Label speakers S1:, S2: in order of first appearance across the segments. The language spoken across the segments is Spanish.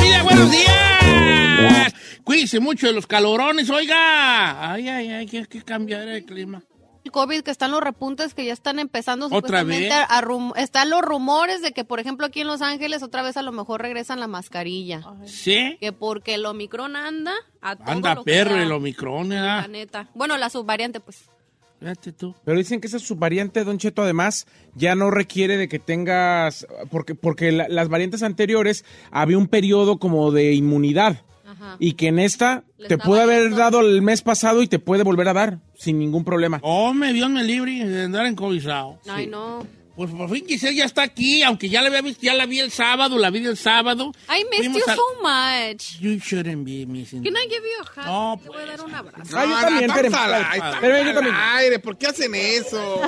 S1: ¡Mira, buenos días! Cuídense mucho de los calorones, oiga. Ay, ay, ay, que, que cambiar el clima.
S2: el COVID, que están los repuntes que ya están empezando
S1: ¿Otra
S2: supuestamente
S1: vez?
S2: a- a rum- están los rumores de que, por ejemplo, aquí en Los Ángeles otra vez a lo mejor regresan la mascarilla.
S1: ¿Sí?
S2: Que porque el Omicron anda a todo
S1: Anda
S2: lo que
S1: perro
S2: da,
S1: el Omicrón,
S2: La
S1: ¿verdad?
S2: neta. Bueno, la subvariante, pues.
S1: Fíjate tú.
S3: Pero dicen que esa subvariante, Don Cheto, además, ya no requiere de que tengas, porque, porque la- las variantes anteriores había un periodo como de inmunidad
S2: Ajá.
S3: y que en esta
S2: Le
S3: te
S2: estaba
S3: puede haber
S2: yendo.
S3: dado el mes pasado y te puede volver a dar sin ningún problema.
S1: Oh, me Dios me libre de andar encobizado.
S2: Ay, no.
S1: Pues por fin Giselle ya está aquí, aunque ya la había visto, ya la vi el sábado, la vi el sábado.
S2: I missed
S1: Fuimos
S2: you
S1: al-
S2: so much.
S1: You shouldn't be missing.
S2: Can I give you a hug?
S1: No, pues.
S2: Te voy a dar un abrazo.
S3: Ah, yo también,
S4: estamos
S3: espérame,
S4: al-
S3: espérame,
S4: estamos
S3: espérame, yo
S4: al
S3: también.
S4: aire, ¿por qué hacen eso?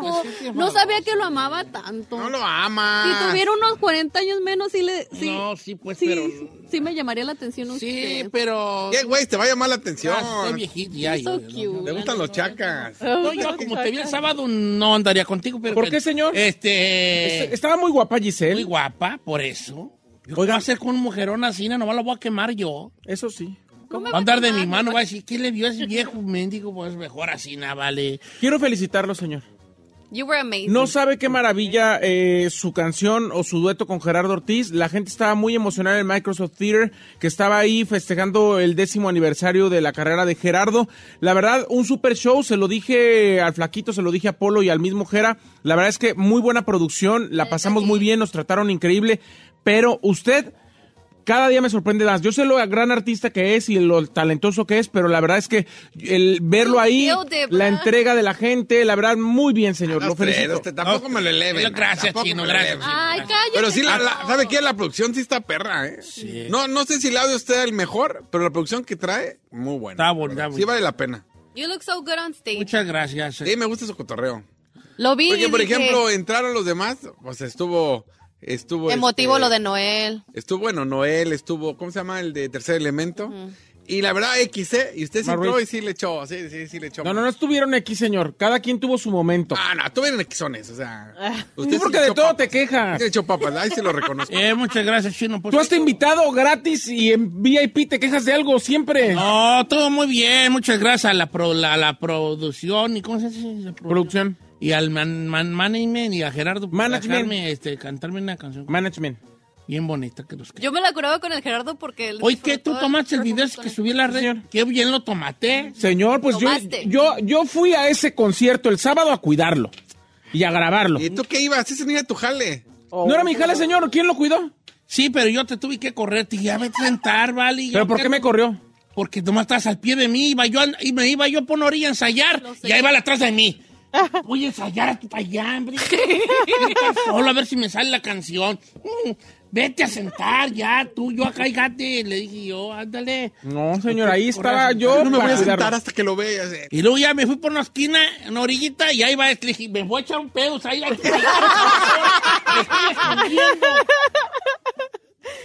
S1: pues,
S2: No sabía que lo amaba tanto.
S4: No lo amas.
S2: Si tuviera unos 40 años menos, sí le... Sí,
S1: No, sí, pues,
S2: sí,
S1: pero...
S2: sí me llamaría la atención
S1: Sí,
S2: usted.
S1: pero...
S4: ¿Qué, güey? Te va a llamar la
S1: Ya, Ah, estoy
S4: atención.
S1: viejito, ya.
S2: So
S1: yo- yo-
S2: cute.
S4: Le gustan los chacas.
S1: No, yo como te vi el sábado no andaría contigo, pero...
S3: ¿Por qué, señor?
S1: Este...
S3: Es- Estaba muy guapa Giselle.
S1: Muy guapa, por eso. Yo
S3: Oiga.
S1: voy a hacer con un mujerón así, no la voy a quemar yo.
S3: Eso sí.
S1: Va a andar de mi mano, va a decir, ¿qué le dio a ese viejo mendigo? Pues mejor así, na, vale.
S3: Quiero felicitarlo, señor.
S2: You were amazing.
S3: No sabe qué maravilla eh, su canción o su dueto con Gerardo Ortiz. La gente estaba muy emocionada en el Microsoft Theater, que estaba ahí festejando el décimo aniversario de la carrera de Gerardo. La verdad, un super show. Se lo dije al Flaquito, se lo dije a Polo y al mismo Gera. La verdad es que muy buena producción. La pasamos muy bien, nos trataron increíble. Pero usted cada día me sorprende más. Yo sé lo gran artista que es y lo talentoso que es, pero la verdad es que el verlo ahí,
S2: Humilde,
S3: la
S2: ¿verdad?
S3: entrega de la gente, la verdad, muy bien, señor.
S4: No,
S3: Lo felicito.
S4: este, tampoco me lo eleven.
S1: Gracias,
S4: tampoco
S1: chino,
S4: me lo
S1: gracias,
S4: eleven.
S3: Ah,
S1: chino.
S2: Ay, cállate.
S4: Pero sí, la,
S2: no.
S4: la- ¿sabe qué? La producción sí está perra, ¿eh?
S1: Sí.
S4: No, no sé si el audio está el mejor, pero la producción que trae, muy buena.
S1: Está bueno, está bueno.
S4: Sí vale la pena.
S2: You look so good on stage.
S1: Muchas gracias.
S4: Sí, me gusta su cotorreo.
S2: Lo vi.
S4: Porque,
S2: y
S4: por
S2: dije,
S4: ejemplo, entraron los demás, pues estuvo... estuvo
S2: Emotivo
S4: este,
S2: lo de Noel.
S4: Estuvo, bueno, Noel, estuvo, ¿cómo se llama? El de Tercer Elemento. Y la verdad, XC, y usted sí
S3: Marruecos.
S4: entró y sí le echó, sí, sí, sí le echó.
S3: No, no, no estuvieron aquí, señor. Cada quien tuvo su momento.
S4: Ah, no, tú vienes en Xones, o sea.
S3: Tú porque de todo te quejas.
S4: Usted echó papas, ahí sí lo reconozco.
S1: Eh, muchas gracias, Chino. Pues,
S3: Tú has invitado gratis y en VIP te quejas de algo siempre.
S1: No, todo muy bien. Muchas gracias a la, pro, la, la producción y ¿cómo se dice? La
S3: Producción.
S1: Y al man- man- management y a Gerardo por
S3: Management.
S1: dejarme, este, cantarme una canción
S3: Management.
S1: bien bonita que los que...
S2: Yo me la curaba con el Gerardo porque. él
S1: Oye, ¿qué? ¿Tú
S2: disfrutó
S1: tomaste el
S2: del-
S1: video que subí en la red?
S3: Señor.
S1: Qué bien lo tomaste.
S3: Señor, pues yo,
S2: Tomaste.
S3: yo, yo fui a ese concierto el sábado a cuidarlo y a grabarlo.
S4: ¿Y tú qué ibas? Ese niño a tu jale.
S3: ¿No era mi jale, señor? ¿Quién lo cuidó?
S1: Sí, pero yo te tuve que correr. Te dije, ya vete a sentar, vale.
S3: ¿Pero por qué me corrió?
S1: Porque nomás estás al pie de mí. Iba yo, an- y me iba yo por una orilla a ensayar. Y ahí va la atrás de mí. Voy a ensayar a tu allá, hombre. Estás Solo a ver si me sale la canción. Mm, Vete a sentar ya, tú. Yo acá, gate. Le dije yo, ándale.
S3: No, señor, ahí
S1: Corre a
S3: estaba
S1: sentar.
S3: yo.
S4: No me voy
S3: para
S4: a
S3: cuidarlo.
S4: sentar hasta que lo veas. eh.
S1: Y luego ya me fui por una esquina, una orillita, y ahí va, le dije, me voy a echar un pedo, o sea, ahí la- me estoy escondiendo.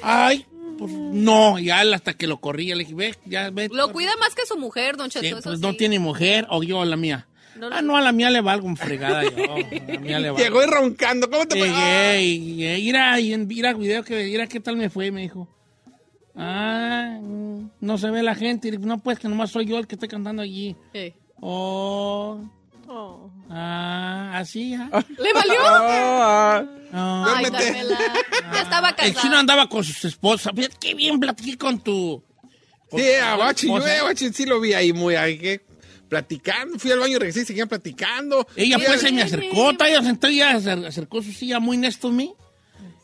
S1: Ay, pues no, ya hasta que lo corrí, ya le dije, ve, ya ve.
S2: Lo cuida más que su mujer, Don Cheto.
S1: Sí,
S2: eso
S1: pues
S2: sí.
S1: no tiene mujer, o yo la mía.
S2: No, no.
S1: ah, no, a la mía le valgo un fregada yo, a la mía le valgo.
S4: Llegó y roncando. ¿Cómo te fue?
S1: Llegué y llegué, mira, y en- mira, video que mira qué tal me fue, me dijo. Ah, mm, no se ve la gente. Y le dije, No, pues que nomás soy yo el que estoy cantando allí.
S2: Eh.
S1: Oh. Ah, así, ah.
S2: ¿Le valió?
S3: Ah,
S1: Ah.
S2: Ay,
S4: Duérmete.
S2: Carmela. Ya estaba
S1: El chino
S2: casada.
S1: andaba con sus esposas. Fíjate qué bien platiqué con tu. con
S4: Sí,
S1: tu
S4: a Bachi, yo
S1: esposa.
S4: a Bachi sí lo vi ahí muy ahí que platicando. Fui al baño, regresé y seguían platicando.
S1: Ella
S4: Sí,
S1: pues
S4: a-
S1: se me acercó, ta, ella sentó, ella acer- acercó su silla muy next to me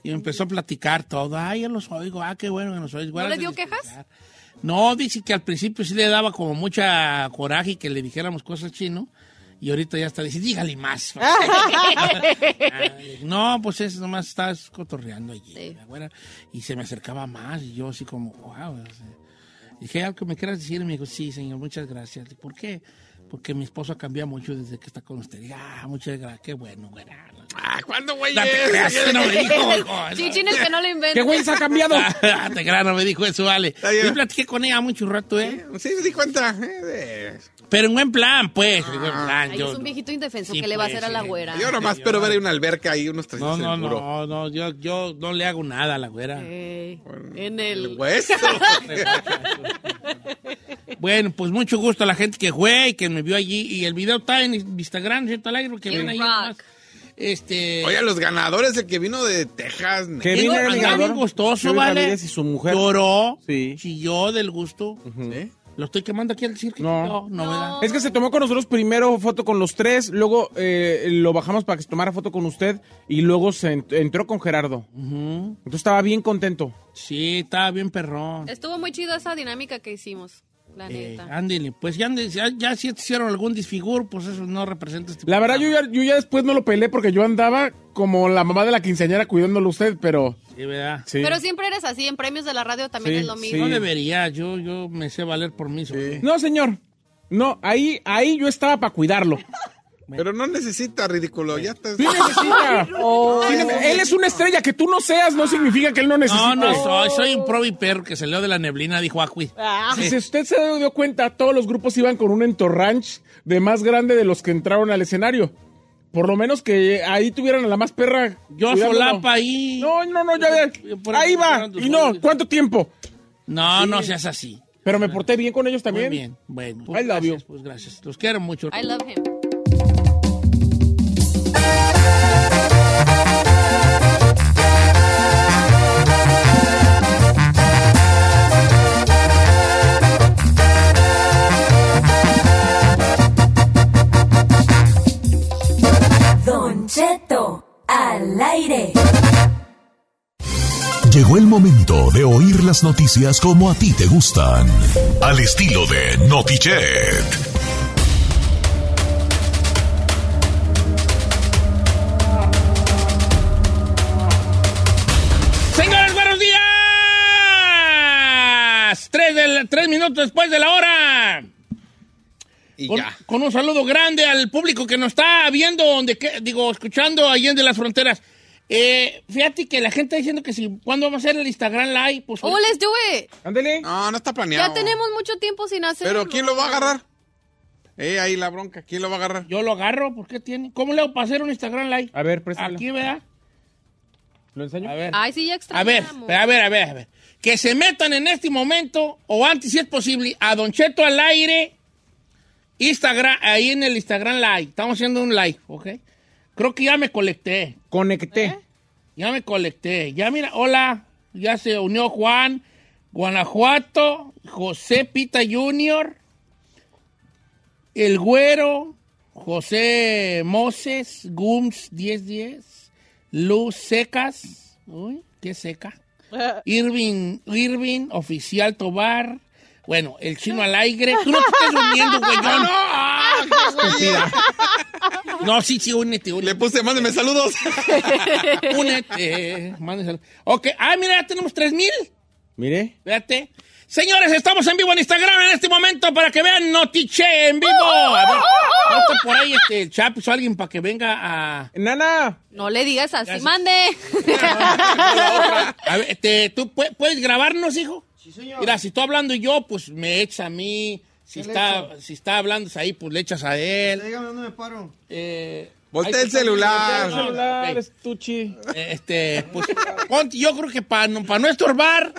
S1: y empezó a platicar todo. Ay, yo los oigo, ah, qué bueno que nos oís. Guarda
S2: le
S1: de
S2: dio quejas?
S1: disfrutar. No, dice que al principio sí le daba como mucha coraje que le dijéramos cosas chino y ahorita ya está, dice, dígale más. Ay, no, pues es nomás estás cotorreando allí.
S2: Sí.
S1: la güera. Y se me acercaba más y yo así como, wow. o sea, Dije, algo que me quieras decir, y me dijo, sí, señor, muchas gracias. ¿Por qué? Porque mi esposo ha cambiado mucho desde que está con usted. Dije, ah, muchas gracias, qué bueno, güera.
S4: Ah, ¿cuándo, güey?
S1: No te
S4: es?
S1: creas, no me dijo, hijo.
S2: Chichín es que no le inventa.
S3: ¿Qué güey se ha cambiado?
S1: Ah, te creas, no me dijo eso, vale.
S4: Está bien.
S1: Y platiqué con ella mucho rato, ¿eh?
S4: Sí, me di cuenta. eh,
S1: Pero en buen plan, pues, en buen
S4: Ah.
S1: plan.
S2: Ay,
S1: yo-
S2: es un viejito indefenso.
S1: Sí,
S2: ¿Qué le va a
S1: pues,
S2: hacer a la
S1: sí.
S2: güera?
S4: de- Yo nomás espero ver ahí una alberca ahí, unos
S1: No,
S4: trajecitos
S1: no,
S4: en el muro.
S1: no, no, yo, yo no le hago nada a la güera.
S2: Ey, en el...
S4: Hueso.
S1: Bueno, pues mucho gusto a la gente que fue y que me vio allí. Y el video está en Instagram, ¿cierto? Al aire, porque
S2: You
S1: ven ahí.
S2: rock.
S1: nomás. Este.
S4: Oye, a los ganadores, el que vino de Texas.
S3: Que
S4: ¿Qué?
S1: Digo,
S3: vino el
S1: andaba
S3: ganador,
S1: bien gustoso,
S3: Kevin
S1: ¿vale?
S3: Ramírez y su mujer.
S1: Lloró,
S3: Sí.
S1: chilló del gusto. ¿Lo estoy quemando aquí al circo?
S3: No.
S1: no, ¿verdad?
S3: Es que se tomó con nosotros primero foto con los tres, luego eh, lo bajamos para que se tomara foto con usted y luego se ent- entró con Gerardo. Entonces estaba bien contento.
S1: Sí, estaba bien perrón.
S2: Estuvo muy chida esa dinámica que hicimos, la
S1: Eh,
S4: Ah,
S2: neta.
S1: ándele, pues ya, ande- ya, ya si hicieron algún disfigur, pues eso no representa este
S3: La verdad, yo
S1: programa.
S3: ya, yo ya después no lo peleé porque yo andaba como la mamá de la quinceañera cuidándolo a usted, pero
S1: Sí, ¿verdad?
S3: sí.
S2: Pero siempre eres así, en premios de la radio también
S3: Sí,
S2: es lo
S3: sí.
S2: mismo.
S1: No debería, yo, yo me sé valer por mí solo.
S3: No, señor. No, ahí, ahí yo estaba para cuidarlo.
S4: Pero no necesita, ridículo. Ya está.
S3: Sí necesita. Sí ne- él es una estrella que tú no seas, no significa que él no necesite.
S1: No, no, soy, soy un probi perro que salió de la neblina, dijo Acui.
S3: Ah, pues, Si si usted se dio cuenta, todos los grupos iban con un entorranch de más grande de los que entraron al escenario. Por lo menos que ahí tuvieran a la más perra.
S1: Yo
S3: cuidándolo.
S1: solapa ahí.
S3: No, no, no, ya
S1: Yo
S3: ve.
S1: por
S3: Ahí
S1: eso
S3: va.
S1: fueron tus
S3: Y no,
S1: novios.
S3: ¿cuánto tiempo?
S1: No, no seas así.
S3: Pero me porté bien con ellos también.
S1: Muy bien, bueno.
S3: I love you.
S1: gracias, Pues gracias, los quiero mucho.
S2: I love him.
S5: Don Cheto, al aire.
S6: Llegó el momento de oír las noticias como a ti te gustan. Al estilo de Notichet.
S1: Señores, buenos días. Tres, de la- tres minutos después de la hora.
S4: Y
S1: Con,
S4: ya.
S1: con un saludo grande al público que nos está viendo, donde que- digo, escuchando allí en de las fronteras. Eh, fíjate que la gente está diciendo que si, ¿cuándo va a ser el Instagram Live? Pues
S2: Oh, let's do it.
S3: Ándele.
S4: No, no está planeado.
S2: Ya tenemos mucho tiempo sin hacer.
S4: Pero ¿quién lo va a agarrar? Eh, ahí la bronca. ¿Quién lo va a agarrar?
S1: yo lo agarro, ¿por qué tiene? ¿Cómo le hago para hacer un Instagram Live?
S3: A ver, préstamelo.
S1: Aquí, ¿verdad?
S3: ¿Lo enseño?
S1: A ver.
S2: Ay, sí, ya
S1: A ver,
S2: extrañamos.
S1: a ver, a ver, a ver. Que se metan en este momento, o antes si es posible, a Don Cheto al aire, Instagram, ahí en el Instagram Live. Estamos haciendo un live, ¿ok? Creo que ya me colecté,
S3: Conecté.
S1: ¿Eh? ya me colecté. Ya mira, hola, ya se unió Juan, Guanajuato, José Pita Jr., El Güero, José Moses, Gums 1010, Luz Secas, uy, qué seca. Irving, Irving, oficial Tobar. Bueno, el chino al aire. Tú no te estás uniendo, güey. yo no.
S4: Pues
S1: No, sí, sí, únete, únete.
S4: Le puse, mándeme saludos.
S1: Únete. Mándenselo. Ok. Ah, mira, ya tenemos 3000.
S3: Mire.
S1: Fíjate. Señores, estamos en vivo en Instagram en este momento para que vean Notiche en vivo. A ver, ponte por ahí este el Chapis o alguien para que venga a.
S3: Nana.
S2: No le digas así, mande.
S1: A ver, este, ¿tú pue- puedes grabarnos, hijo? Sí, señor. Mira, si estoy hablando yo, pues me echas a mí. Si está, si está hablando ahí, pues le echas a él.
S7: Dígame dónde me paro.
S1: Eh,
S4: Voltea
S1: ahí
S4: el
S1: te-
S4: celular.
S1: No, no,
S3: Hola,
S1: ok.
S3: estuchi.
S1: Eh, Este, pues, ponte, yo creo que para no, pa' no estorbar.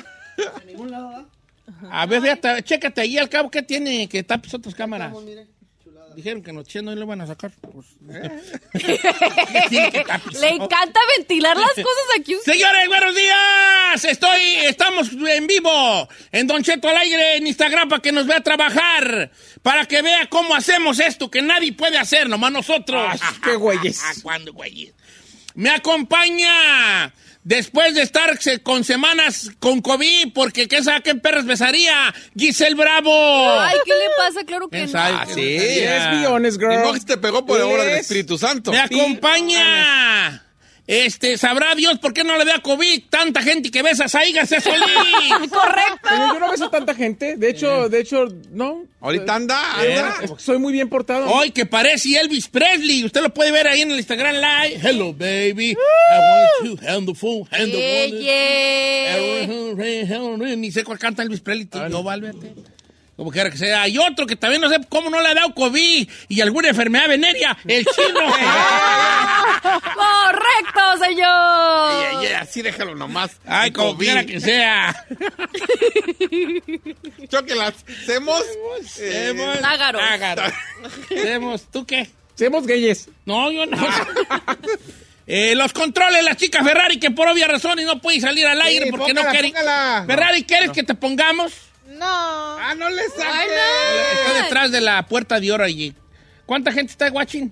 S1: A ver, fíjate, chécate ahí al cabo que tiene que tapes otras cámaras.
S7: Mire, chulada.
S1: Dijeron que en 80 no le van a sacar. Pues, ¿eh?
S2: Le encanta ventilar las cosas aquí. a usted.
S1: Señores, buenos días. Estoy, estamos en vivo en Don Cheto al aire en Instagram para que nos vea trabajar, para que vea cómo hacemos esto que nadie puede hacer, nomás nosotros.
S3: Ay, Ah, qué güeyes.
S1: ¿Cuándo, güeyes? Me acompaña después de estar se- con semanas con COVID, porque qué sabe qué perros besaría, Giselle Bravo.
S2: Ay, ¿qué le pasa? Claro que
S1: ¿Quién
S2: no. Ah,
S1: sabe qué
S4: sí.
S1: besaría?
S3: Let's be honest,
S4: Y no
S3: girl.
S4: que te pegó por la obra del
S3: Yes.
S4: Espíritu Santo.
S1: Me acompaña. Este, sabrá Dios por qué no le da COVID tanta gente que besas ahí, García Solís.
S2: Correcto.
S3: Señor, yo no beso a tanta gente. De hecho, de hecho, no.
S4: Ahorita anda, anda.
S3: Es que Soy muy bien portado.
S1: Hoy que parece Elvis Presley. Usted lo puede ver ahí en el Instagram Live. Hello, baby. I want you. Hand the phone. Hand the phone. Eh,
S2: Yeye.
S1: Ni sé cuál canta Elvis Presley.
S4: Ah,
S1: No, válvete. Como quiera que sea. Hay otro que también no sé cómo no le ha dado COVID y alguna enfermedad venerea. El chino.
S2: Correcto, señor.
S4: Ay, ay, así déjalo nomás.
S1: Ay, como
S4: COVID.
S1: quiera que sea.
S4: Chóquelas. Semos. eh,
S1: Hemos-
S2: Ágaro.
S1: Ágaro. Hemos- ¿Tú qué?
S3: Seamos gayes.
S1: No, yo no. Eh, los controles, la chica Ferrari, que por obvias razones no puede salir al aire
S4: Sí,
S1: porque no
S4: póngala,
S1: quiere.
S4: póngala.
S1: Ferrari, ¿quieres que te pongamos?
S7: No.
S4: Ah, no le
S2: Ay,
S4: saques.
S2: no.
S1: Está detrás de la puerta de oro allí. ¿Cuánta gente está watching?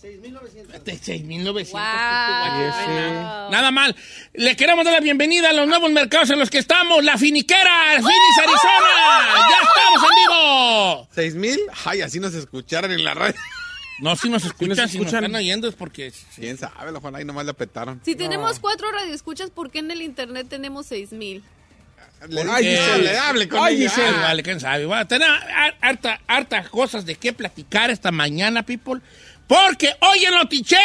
S1: 6.900. 6.900.
S2: Wow.
S1: Nada mal. Le queremos dar la bienvenida a los nuevos mercados en los que estamos. La finiquera, Phoenix, Arizona. Ya estamos en vivo.
S4: ¿Seis mil? Ay, así nos escucharan en la radio.
S1: No, si nos escuchan, si nos,
S3: escuchan.
S1: están oyendo es porque...
S4: Quién sabe, ojalá ahí nomás le petaron.
S2: Si tenemos cuatro radioescuchas, ¿por qué en el internet tenemos seis mil?
S4: Le,
S3: Ay,
S4: eh,
S3: Giselle.
S4: le hable con
S3: Ay,
S4: ella.
S3: Giselle.
S1: Ah, vale, quién sabe. Va a tener har- harta, hartas cosas de qué platicar esta mañana, people. Porque hoy en Notiche.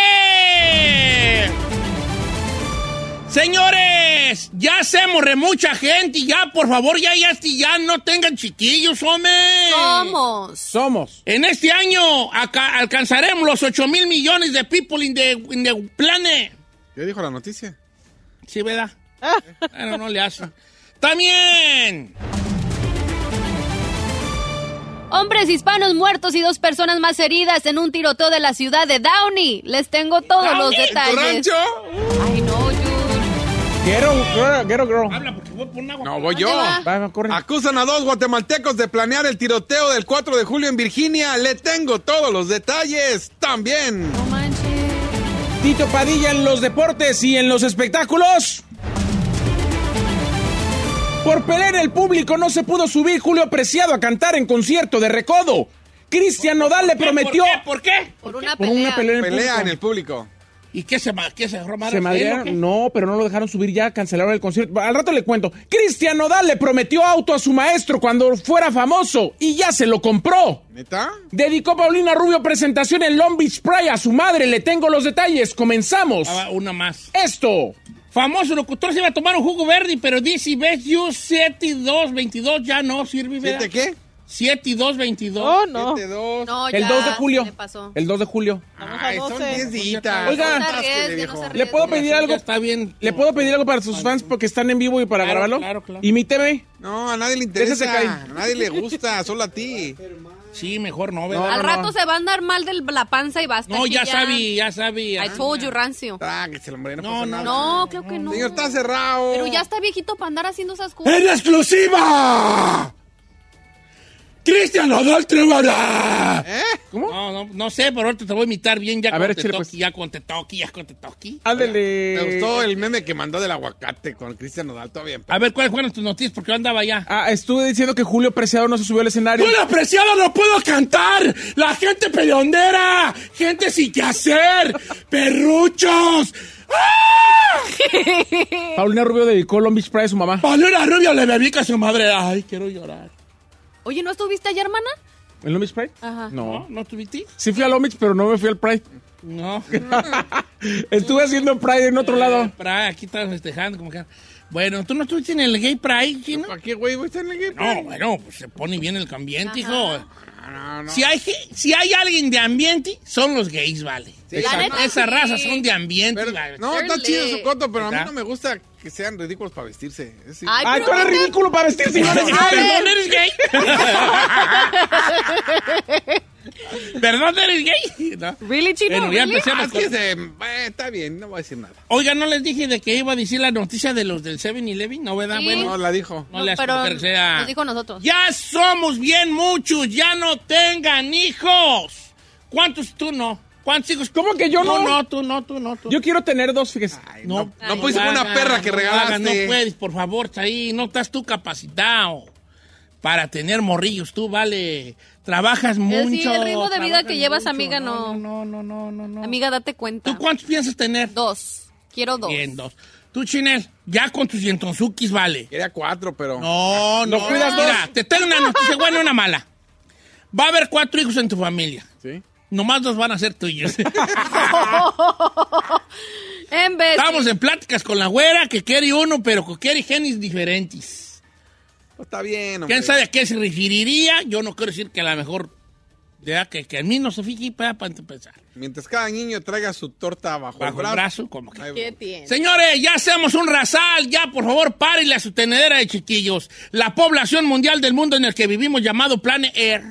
S1: Señores, ya se morre mucha gente y ya, por favor, ya, ya, ya no tengan chiquillos, hombre.
S2: Somos.
S3: Somos.
S1: En este año acá alcanzaremos los 8 mil millones de people in the, in the planet.
S4: ¿Qué dijo la noticia?
S1: Sí, ¿verdad? Bueno, no le hacen. También.
S2: Hombres hispanos muertos y dos personas más heridas en un tiroteo de la ciudad de Downey. Les tengo todos los
S1: ¿Downey? ¿En tu
S2: detalles. Ay, no, Jun.
S3: Ghetto girl. Ghetto girl.
S1: Habla porque voy por un agua.
S4: No, voy
S2: ¿Dónde
S4: yo.
S2: va?
S3: Va, va, corre.
S4: Acusan a dos guatemaltecos de planear el tiroteo del 4 de julio en Virginia. Le tengo todos los detalles también.
S2: No manches.
S3: Tito Padilla en los deportes y en los espectáculos. Por pelear el público no se pudo subir Julio Preciado a cantar en concierto de Recodo. Cristian Nodal le prometió
S1: ¿Por qué? ¿Por qué?
S2: Por una
S3: Por
S2: pelea.
S3: una pelea en el
S4: Pelea
S3: público.
S4: en el público.
S1: ¿Y qué se, ma- qué se romaron?
S3: Se madrearon.
S1: ¿Sí, o qué?
S3: No, pero no lo dejaron subir ya, cancelaron el concierto. Al rato le cuento. Cristian Nodal le prometió auto a su maestro cuando fuera famoso y ya se lo compró.
S4: ¿Neta?
S3: Dedicó Paulina Rubio presentación en Long Beach Pride a su madre. Le tengo los detalles. Comenzamos.
S1: Ah, una más.
S3: Esto.
S2: Oh,
S1: Famoso locutor se iba a tomar un jugo verde, pero dice, ves, you 7 y 2, 22, ya no sirve, ¿verdad?
S4: ¿Siete qué?
S1: 7 y 2, 22.
S7: Oh, no.
S4: Siete, dos.
S2: No, ya.
S3: El 2 de julio.
S2: se le pasó.
S3: El 2 de julio.
S7: Vamos a
S4: Ay, son
S7: 12.
S4: 10 días.
S3: Oiga.
S2: No se arriesgue, no se
S3: ¿Le puedo
S2: arriesgue.
S3: pedir algo?
S1: Ya está bien.
S3: ¿Le puedo pedir algo para sus fans porque están en vivo y para
S1: Claro,
S3: grabarlo?
S1: claro, claro.
S3: ¿Y mi TV?
S4: No, a nadie le
S3: Ese se
S4: interesa.
S3: cae.
S4: A nadie le gusta, solo a ti.
S1: Sí, mejor no, ¿verdad?
S2: Al
S3: no, no.
S2: rato se va a andar mal de la panza y basta.
S1: No, ya sabía, ya
S2: I
S1: sabía.
S2: told you, rancio.
S4: Tráguese, hombre, no,
S1: No,
S4: pasa
S1: no,
S4: nada.
S2: No, creo que no.
S4: Señor, está cerrado.
S2: Pero ya está viejito para andar haciendo esas
S3: ¿Eh?
S2: cosas.
S1: ¡En exclusiva! ¡Cristian Adal Trevará!
S4: ¿Eh?
S3: ¿Cómo?
S1: No, no, no sé, pero ahorita te voy a imitar bien ya
S3: A
S1: con
S3: ver,
S1: te
S3: échale,
S1: toqui,
S3: pues.
S1: ya con te toqui, ya con te toqui.
S3: Ándele.
S4: Me
S2: Eh.
S4: gustó el meme que mandó del aguacate con Cristian Nodal, todo bien.
S1: A ver, ¿cuáles fueron tus noticias? Porque yo andaba allá.
S3: Ah, estuve diciendo que Julio Preciado no se subió al escenario.
S1: ¡Julio Preciado no puedo cantar! ¡La gente peleonera! ¡Gente sin que hacer! ¡Perruchos! ¡Ah!
S3: Paulina Rubio dedicó Long Beach Pride a su mamá.
S1: Paulina Rubio le dedica a su madre. ¡Ay, quiero llorar!
S2: Oye, ¿no estuviste allá, hermana?
S3: ¿En Long Beach Pride?
S2: Ajá.
S3: No.
S1: ¿No? ¿No tuviste?
S3: Sí fui a Long Beach, pero no me fui al Pride.
S1: No.
S3: Estuve haciendo Pride en otro lado.
S1: Pride, aquí estás festejando como que... Bueno, ¿tú no estuviste en el Gay Pride, chino?
S4: ¿Para qué, güey? ¿Voy a estar en el equipo?
S1: No, bueno, pues se pone bien el ambiente, hijo.
S4: No, no, no.
S1: Si hay, ge- si hay alguien de ambiente, son los gays, vale.
S2: La neta,
S1: Esas
S2: sí.
S1: razas son de ambiente,
S4: Pero-
S1: vale.
S4: no, está
S2: Fairly.
S4: chido su coto, pero a mí
S1: ¿Verdad?
S4: no me gusta que sean ridículos para vestirse. Es decir,
S2: Ay,
S3: Ay,
S2: pero
S3: tú eres
S2: vete-
S3: ridículo para vestir, señores.
S1: Perdón, eres gay. ¿Perdón, eres gay? No.
S2: ¿Really, chino?
S1: Bueno, ya
S2: ¿Really?
S1: empecé.
S4: Ah, es que se- eh, está bien, no voy a decir nada.
S1: Oiga, ¿no les dije de que iba a decir la noticia de los del 7-Eleven? No, ¿verdad?
S2: Sí.
S1: Bueno,
S4: No, la dijo.
S1: no,
S2: No,
S1: les
S2: pero
S1: pero sea.
S2: nos dijo nosotros.
S1: Ya somos bien muchos, ya no tengan hijos. ¿Cuántos tú no? ¿Cuántos hijos?
S3: ¿Cómo que yo no?
S1: Tú no, tú no, tú no. Tú.
S3: Yo quiero tener dos, fíjese.
S4: No, no
S2: no
S4: pudiste con una
S1: hagas,
S4: perra que
S1: no hagas,
S4: regalaste.
S1: No puedes, por favor, ahí no estás tú capacitado para tener morrillos. Tú, vale, trabajas mucho.
S2: sí, el ritmo de vida
S1: trabajas
S2: que llevas,
S1: mucho.
S2: amiga, no.
S1: No, no, no, no, no.
S2: Amiga, date cuenta.
S1: ¿Tú cuántos piensas tener?
S2: Dos. Quiero dos.
S1: Bien, dos. Tú, Chinel, ya con tus yentonzukis, vale.
S4: Quería cuatro, pero.
S1: No, no.
S3: ¿Lo cuidas dos?
S1: Mira, te tengo una noticia buena y una mala. Va a haber cuatro hijos en tu familia.
S4: ¿Sí?
S1: Nomás dos van a ser tuyos.
S2: En vez.
S1: Estamos en pláticas con la güera que quiere uno, pero que quiere genes diferentes.
S4: Pues está bien, hombre.
S1: ¿Quién sabe a qué se referiría? Yo no quiero decir que a lo mejor, ya que, que a mí no se fije para, para empezar.
S4: Mientras cada niño traiga su torta bajo,
S1: Bajo el brazo, como que.
S4: Ahí va.
S2: ¿Qué tiene?
S1: Señores, ya seamos un rasal, ya por favor párenle a su tenedera de chiquillos. La población mundial del mundo en el que vivimos, llamado Planet Air,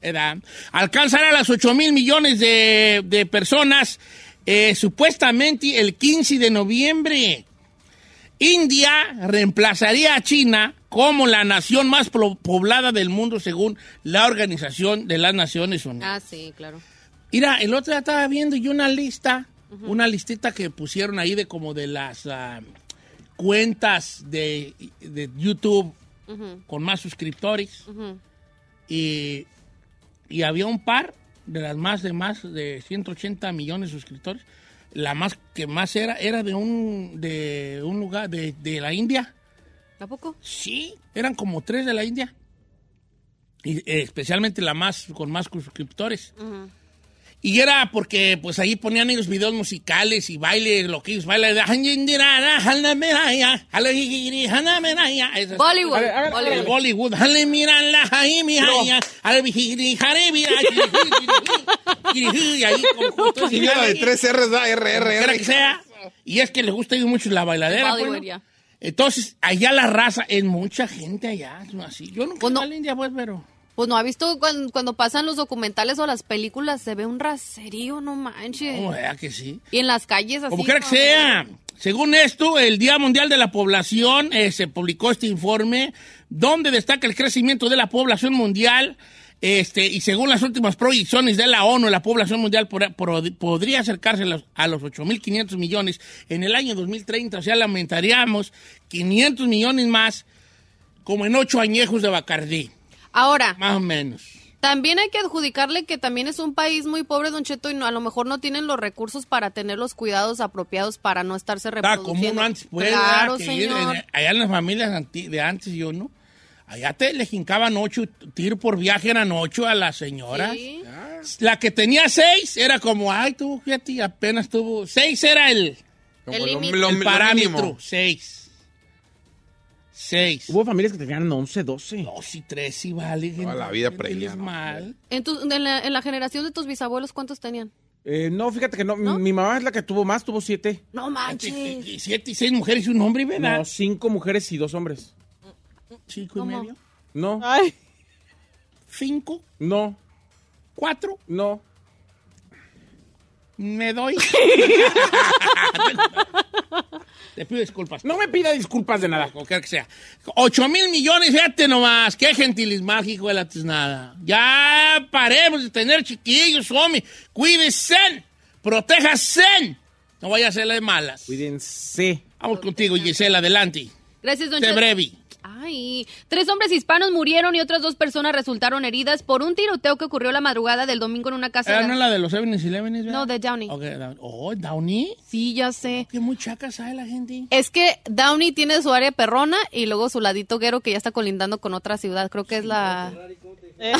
S1: ¿verdad? alcanzará las 8 mil millones de, de personas eh, supuestamente el 15 de noviembre. India reemplazaría a China como la nación más pro- poblada del mundo según la Organización de las Naciones Unidas.
S2: Ah, sí, claro.
S1: Mira, el otro día estaba viendo yo una lista, una listita que pusieron ahí de como de las ah, cuentas de, de YouTube con más suscriptores. y, y había un par de las más de más de 180 millones de suscriptores. La más que más era, era de un, de un lugar, de, de la India.
S2: ¿A poco?
S1: Sí, eran como tres de la India. Y, eh, especialmente la más, con más suscriptores. Y era porque pues ahí ponían ellos videos musicales y bailes, lo que ellos bailan. Esas-
S2: Bollywood.
S3: Hágale, hágale,
S2: Bollywood.
S1: el Bollywood. Jale, mírala, ahí, mi jaya. Al vigiri, jare, mira, jiri, jiri, jiri, jiri, Y ahí con juntos.
S4: Y mira la de tres R's, da, R, R,
S1: Quiera que
S4: R.
S1: sea. Y es que les gusta ir mucho la bailadera.
S2: Bollywood,
S1: bueno.
S2: ya.
S1: Entonces, allá la raza, es mucha gente allá, no así. Yo nunca
S2: Pues
S1: he ido
S2: no.
S1: a la India, pues, pero...
S2: Pues no, ¿ha visto cuando, cuando pasan los documentales o las películas? Se ve un raserío, no manches.
S1: ¿Cómo era que sí?
S2: Y en las calles así.
S1: Como quiera que
S2: ¿no?
S1: sea. Según esto, el Día Mundial de la Población eh, se publicó este informe donde destaca el crecimiento de la población mundial. Este, y según las últimas proyecciones de la ONU, la población mundial por- por- podría acercarse a los, a los 8.500 millones en el año 2030. O sea, la aumentaríamos 500 millones más, como en ocho añejos de Bacardí,
S2: Ahora,
S1: más o menos.
S2: también hay que adjudicarle que también es un país muy pobre, Don Cheto, y no- a lo mejor no tienen los recursos para tener los cuidados apropiados para no estarse
S1: Ah,
S2: reproduciendo.
S1: como uno antes puede,
S2: Claro,
S1: ¿verdad? Que ¿eh? ir
S2: señor.
S1: en- allá en las familias anti- de antes yo no. Allá te le jincaban ocho tiros por viaje, eran ocho a las señoras.
S2: Sí.
S1: La que tenía seis era como, ay, tú, fíjate, apenas tuvo. Seis era el,
S4: Como
S2: El
S4: lo-
S2: límite.
S4: lo-
S1: el
S4: lo
S1: parámetro.
S4: mínimo.
S1: Seis. Seis.
S3: Hubo familias que tenían 11, 12.
S1: Dos y tres, y vale. gente,
S4: la vida
S1: gente,
S4: previa,
S1: es
S4: ¿no?
S1: mal.
S2: En, tu- en la, en la generación de tus bisabuelos, ¿cuántos tenían?
S3: Eh, no, fíjate que no. Mi- Mi mamá es la que tuvo más, tuvo 7.
S2: No manches.
S1: Y Siete y seis mujeres y un hombre, ¿verdad?
S3: No, 5 mujeres y 2 hombres.
S1: Cinco y
S2: ¿Cómo?
S1: medio.
S3: No,
S7: Ay,
S1: Cinco,
S3: no,
S1: cuatro,
S3: no.
S1: me doy. Te pido disculpas.
S3: No me pida disculpas de nada.
S1: Como quiera que sea. 8 mil millones, fíjate nomás. Qué gentilis mágico de la tiznada. Ya paremos de tener chiquillos, homie. Cuídense. Protéjanse. No vaya a ser las malas.
S3: Cuídense.
S1: Vamos contigo, Gisela. Adelante.
S2: Gracias, Don
S1: Sé
S2: Cheto.
S1: breve.
S2: Ay, tres hombres hispanos murieron y otras dos personas resultaron heridas por un tiroteo que ocurrió la madrugada del domingo en una casa.
S1: Ah,
S2: de-
S1: ¿No es la de los 7 Eleven?
S2: No, de Downey.
S1: Oh, Downey.
S2: Sí, ya sé.
S1: Qué muchaca sabe la gente.
S2: Es que Downey tiene su área perrona y luego su ladito guero que ya está colindando con otra ciudad. Creo que es la...
S7: eh,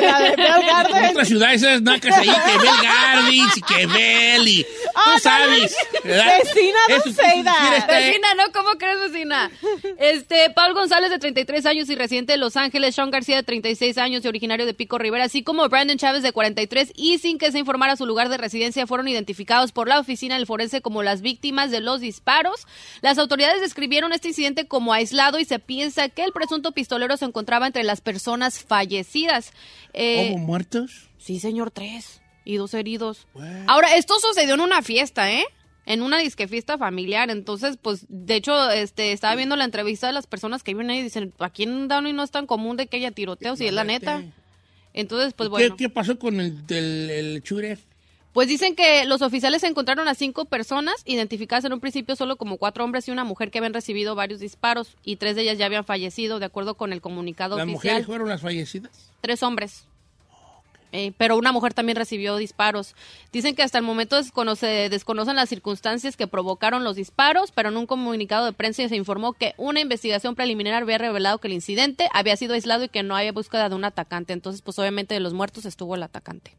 S7: la de Bell
S1: En
S7: Garden.
S2: Pues.
S1: otras ciudades esas nacas ahí, que ve el Gardens y que ve el y tú sabes. ¿verdad?
S7: Vecina,
S1: Eso
S7: don
S1: tú
S7: Seida.
S1: quisieras estar-
S2: Vecina, ¿no? ¿Cómo crees, vecina? Este, Paul González, de 33 años y residente de Los Ángeles, Sean García, de 36 años y originario de Pico Rivera, así como Brandon Chávez, de 43, y sin que se informara su lugar de residencia, fueron identificados por la oficina del forense como las víctimas de los disparos. Las autoridades describieron este incidente como aislado y se piensa que el presunto pistolero se encontraba entre las personas fallecidas. Eh,
S1: ¿Cómo muertos?
S2: Sí, señor, tres. Y dos heridos. Ahora, esto sucedió en una fiesta, ¿eh? En una disquefiesta familiar. Entonces, pues, de hecho, este, estaba viendo la entrevista de las personas que viven ahí y dicen, aquí en Downey no es tan común de que haya tiroteos, y es la neta. Entonces, pues
S1: ¿Qué-
S2: bueno.
S1: ¿Qué, pasó con el del el Churef?
S2: Pues dicen que los oficiales encontraron a cinco personas identificadas en un principio solo como cuatro hombres y una mujer que habían recibido varios disparos y tres de ellas ya habían fallecido, de acuerdo con el comunicado
S1: ¿Las
S2: oficial.
S1: mujeres fueron las fallecidas?
S2: Tres hombres. Eh, pero una mujer también recibió disparos. Dicen que hasta el momento desconoce- desconocen las circunstancias que provocaron los disparos, pero en un comunicado de prensa se informó que una investigación preliminar había revelado que el incidente había sido aislado y que no había búsqueda de un atacante. Entonces, pues obviamente de los muertos estuvo el atacante.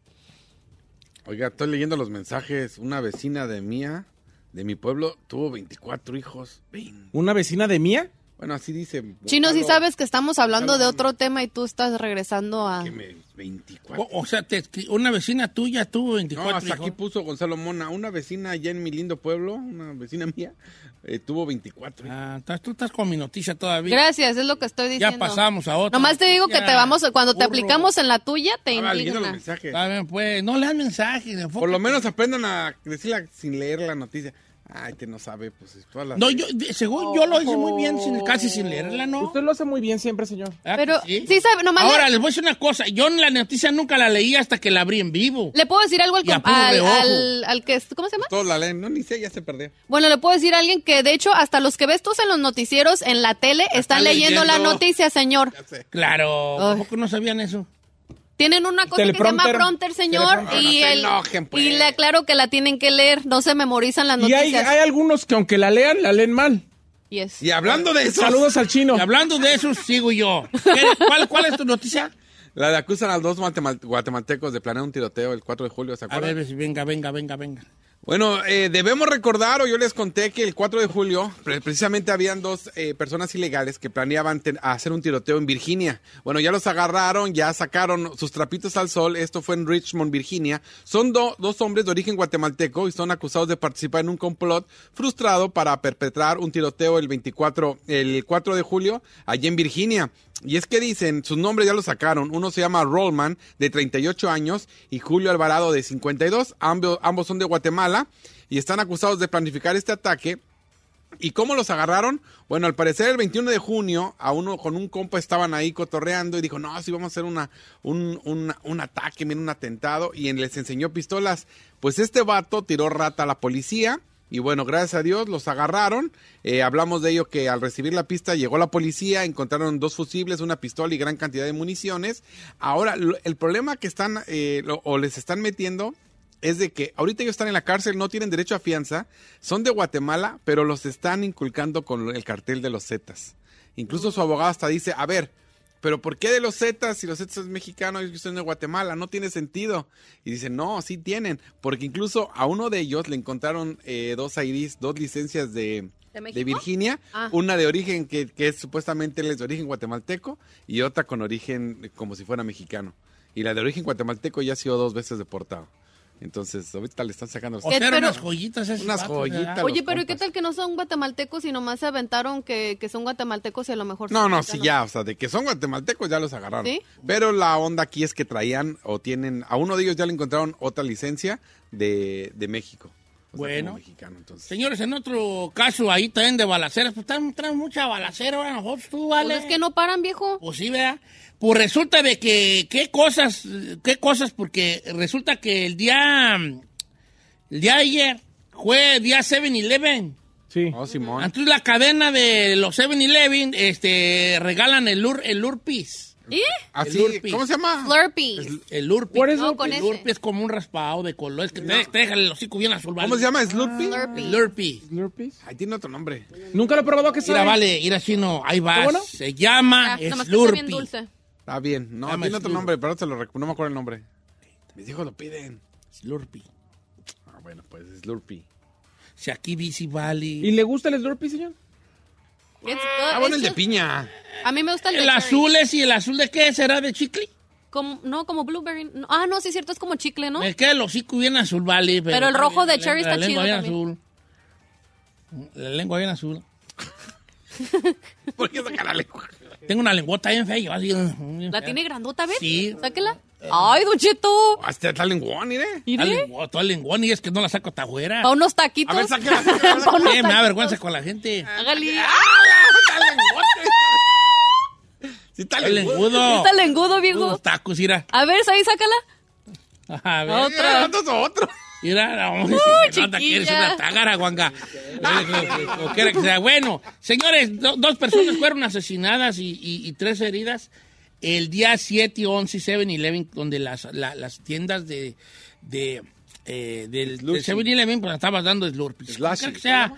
S4: Oiga, estoy leyendo los mensajes. Una vecina de mía, de mi pueblo, tuvo 24 hijos. Vein-
S3: ¿Una vecina de mía?
S4: Bueno, así dice.
S2: Chino, si
S4: Gonzalo,
S2: sabes que estamos hablando de
S4: Gonzalo,
S2: otro tema y tú estás regresando a...
S4: que me- 24.
S1: O, o sea, te- una vecina tuya tuvo
S4: No,
S1: 24
S4: hasta
S1: hijos.
S4: aquí puso Gonzalo Mona. Una vecina allá en mi lindo pueblo, una vecina mía, eh, tuvo 24 hijos.
S1: Ah, estás- tú estás con mi noticia todavía.
S2: Gracias, es lo que estoy
S1: ya
S2: diciendo.
S1: pasamos a otra.
S2: Nomás te digo que
S1: noticia.
S2: te vamos, cuando te
S1: Burro.
S2: aplicamos en la tuya, te
S4: Estaba leyendo los
S2: indigna.
S4: mensajes.
S1: Está bien, pues, no leas mensajes.
S4: Por
S1: enfócate.
S4: lo menos aprendan a decirla sin leer la noticia. Ay, te no sabe, pues es todas las.
S1: No, yo, de- según yo lo hice muy bien, sin, casi sin leerla, ¿no?
S3: Usted lo hace muy bien siempre, señor.
S1: Ah, que
S2: Pero, sí sabe- nomás
S1: Ahora,
S2: le-
S1: les voy a decir una cosa. Yo en la noticia nunca la leí hasta que la abrí en vivo.
S2: Le puedo decir algo al,
S1: Y a
S2: comp-
S1: puro
S2: al,
S1: reojo.
S2: al- al que... es- ¿Cómo se llama?
S4: pues, Todos la leen. No, ni sé, ya se perdió.
S2: Bueno, le puedo decir a alguien que, de hecho, hasta los que ves tú en los noticieros, en la tele, están leyendo, la
S4: leyendo.
S2: noticia, señor.
S1: Claro,
S2: Ay.
S1: ¿tampoco no sabían eso?
S2: Tienen una cosa que se llama
S3: Teleprompter.
S2: prompter, señor,
S3: Teleprompter.
S2: y,
S4: No se
S2: el-
S4: enojen, pues.
S2: y le aclaro que la tienen que leer, no se memorizan las
S3: Y
S2: noticias.
S3: hay, hay algunos que aunque la lean, la leen mal.
S2: Yes.
S4: Y hablando de eso,
S3: Saludos al chino.
S1: Y hablando de eso, sigo yo. ¿Qué- ¿Cuál, ¿Cuál es tu noticia?
S4: la de acusan a dos guatemal- guatemaltecos de planear un tiroteo el 4 de julio, ¿se
S1: A
S4: acuerdan?
S1: ver, venga, venga, venga, venga.
S4: Bueno, eh, debemos recordar, o yo les conté que el 4 de julio, pre- precisamente habían dos eh, personas ilegales que planeaban ten- hacer un tiroteo en Virginia. Bueno, ya los agarraron, ya sacaron sus trapitos al sol. Esto fue en Richmond, Virginia. Son do- dos hombres de origen guatemalteco y son acusados de participar en un complot frustrado para perpetrar un tiroteo el 24, el 4 de julio, allí en Virginia. Y es que dicen, sus nombres ya los sacaron. Uno se llama Rollman, de 38 años, y Julio Alvarado, de 52. Ambos, ambos son de Guatemala y están acusados de planificar este ataque. ¿Y cómo los agarraron? Bueno, al parecer el 21 de junio, a uno con un compa estaban ahí cotorreando y dijo, no, sí vamos a hacer una, un, un- un ataque, miren, un atentado, y en- les enseñó pistolas. Pues este vato tiró rata a la policía. Y bueno, gracias a Dios los agarraron. Eh, hablamos de ello que al recibir la pista llegó la policía, encontraron dos fusibles, una pistola y gran cantidad de municiones. Ahora, lo- el problema que están eh, lo- o les están metiendo es de que ahorita ellos están en la cárcel, no tienen derecho a fianza, son de Guatemala, pero los están inculcando con el cartel de los Zetas. Incluso su abogado hasta dice, a ver, pero ¿por qué de los Zetas si los Zetas es mexicano y yo soy de Guatemala? No tiene sentido. Y dice, no, sí tienen, porque incluso a uno de ellos le encontraron eh, dos IDs, dos licencias de,
S2: ¿De México?
S4: de Virginia,
S2: Ah.
S4: una de origen que, que es supuestamente él es de origen guatemalteco y otra con origen eh, como si fuera mexicano. Y la de origen guatemalteco ya ha sido dos veces deportado. Entonces, ahorita le están sacando los...
S1: O sea,
S2: ¿Qué-
S1: eran
S2: Eh, pero-
S1: unas joyitas esas.
S4: Unas joyitas.
S2: Oye,
S4: los
S2: pero ¿y qué
S4: compas.
S2: tal que no son guatemaltecos y nomás se aventaron que, que son guatemaltecos y a lo mejor...
S4: No,
S2: son
S4: no, sí,
S2: mexicanos?
S4: ya, o sea, de que son guatemaltecos ya los agarraron.
S2: ¿Sí?
S4: Pero la onda aquí es que traían o tienen, a uno de ellos ya le encontraron otra licencia de, de México. O sea,
S1: Bueno.
S4: como mexicano, entonces.
S1: Señores, en otro caso ahí también de balaceras, pues están traen mucha balacera ahora nosotros, tú, vale.
S2: Pues es que no paran, viejo.
S1: Pues sí, ¿verdad? Pues resulta de que, ¿qué cosas? eh, ¿Qué cosas? Porque resulta que el día, mm, el día de ayer fue día 7-Eleven.
S3: Sí.
S4: Oh, Simón.
S1: Entonces la cadena de los 7-Eleven, este, regalan el, Lur- el Lurpis.
S2: ¿Y?
S4: Así,
S1: Lurpis.
S4: ¿cómo se llama?
S2: Slurpees.
S1: El Lurpis.
S3: ¿Cuál es
S2: No, Lurpis? con
S1: el
S2: ese.
S1: Lurpis es como un raspado de color. Es que te, te deja el hocico bien azul, ¿vale?
S4: ¿Cómo se llama? ¿Slurpee?
S2: Slurpee.
S1: El Lurpis.
S3: Slurpees.
S4: Ahí tiene otro nombre.
S3: Nunca lo he probado que
S1: Mira,
S3: sea.
S1: vale, ir chino, ahí vas.
S3: bueno?
S1: Se llama
S2: Ya, Ah, nomás que está bien
S1: Slurpee.
S2: dulce.
S4: Está bien. No,
S1: Llama
S4: tiene otro
S1: Slurpee.
S4: nombre, pero ahorita lo rec- no me acuerdo el nombre. Mis hijos lo piden.
S1: Slurpee.
S4: Ah, bueno, pues Slurpee.
S1: Si aquí bici vale.
S3: ¿Y le gusta el Slurpee, señor?
S2: It's
S4: Ah,
S2: good.
S4: bueno, el
S2: It's
S4: de
S2: just-
S4: piña.
S2: A mí me gusta el de
S1: El
S2: cherry.
S1: azul es y el azul de qué será de chicle.
S2: Como- no, como blueberry. No, ah, no, sí es cierto, es como chicle, ¿no?
S1: Me queda el hocico bien azul, vale.
S2: Pero el rojo de
S1: la-
S2: cherry
S1: la
S2: está
S1: lengua
S2: chido
S1: bien
S2: también.
S1: azul. La lengua bien azul.
S4: ¿Por qué sacar la lengua?
S1: Tengo una lengüota bien fea. yo así.
S2: La tiene grandota, ¿ves?
S1: Sí.
S2: Sáquela.
S4: Eh,
S2: Ay, Don Cheto.
S4: Hasta Oh, este está lenguón, mire.
S2: Mire.
S1: Está lenguón, Todo lenguón Ah, y es que no la saco hasta afuera.
S2: Pa' unos taquitos.
S4: eh. A ver, sáquela, sáquela,
S2: Pa' unos
S1: Sí, me da
S2: taquitos. Ah,
S1: vergüenza con la gente.
S2: Hágale.
S4: Ah, Está lenguote. Sí, está
S1: Está
S4: lenguote.
S1: lengudo.
S2: Está lengudo, viejo.
S1: Unos tacos, mira.
S2: A ver, ahí sácala.
S1: A ver.
S2: Otra.
S4: Mira, nosotros otro.
S1: Mira, la hombre, si me nota que eres
S2: chiquilla.
S1: una tágara, guanga. O- o- o quiera que sea. Bueno, señores, do- dos personas fueron asesinadas y, y- y tres heridas el día 7, 11 y 7-Eleven, donde las, la- las tiendas de, de, eh, del, del
S4: Slushy.
S1: 7-Eleven pues, estabas dando slurpees.
S4: Slushy.
S1: Quiera que sea,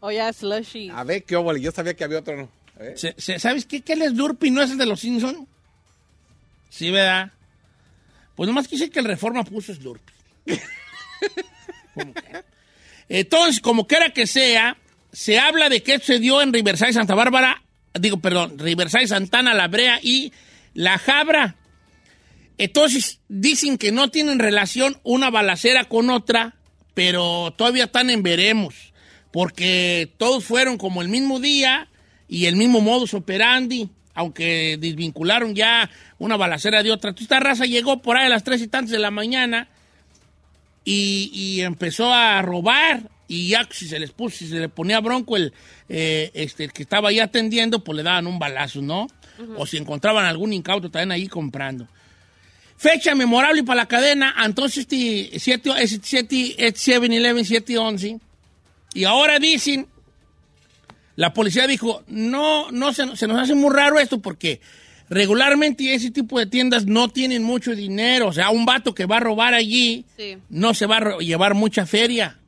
S7: O ya slushy.
S4: A ver, qué óvole. Yo sabía que había otro, ¿no? A ver.
S1: se- se- ¿Sabes qué? ¿Qué es el slurpee? ¿No es el de los Simpson? Sí, ¿verdad? Pues nomás quise que el Reforma puso slurpee. Entonces, como quiera que sea, se habla de que se dio en Riverside, Santa Bárbara, digo, perdón, Riverside, Santana, La Brea y La Jabra. Entonces, dicen que no tienen relación una balacera con otra, pero todavía están en veremos, porque todos fueron como el mismo día y el mismo modus operandi, aunque desvincularon ya una balacera de otra. Entonces, Esta raza llegó por ahí a las tres y tantas de la mañana y, y empezó a robar y ya si se les puso, si se le ponía bronco el, eh, este, el que estaba ahí atendiendo, pues le daban un balazo, ¿no? O si encontraban algún incauto también ahí comprando. Fecha memorable para la cadena, este entonces 7, este 7-Eleven, 7-11. Y ahora dicen, la policía dijo, no, no, se, nos- se nos hace muy raro esto porque regularmente ese tipo de tiendas no tienen mucho dinero. O sea, un vato que va a robar allí
S2: Sí.
S1: no se va a ro- llevar mucha feria.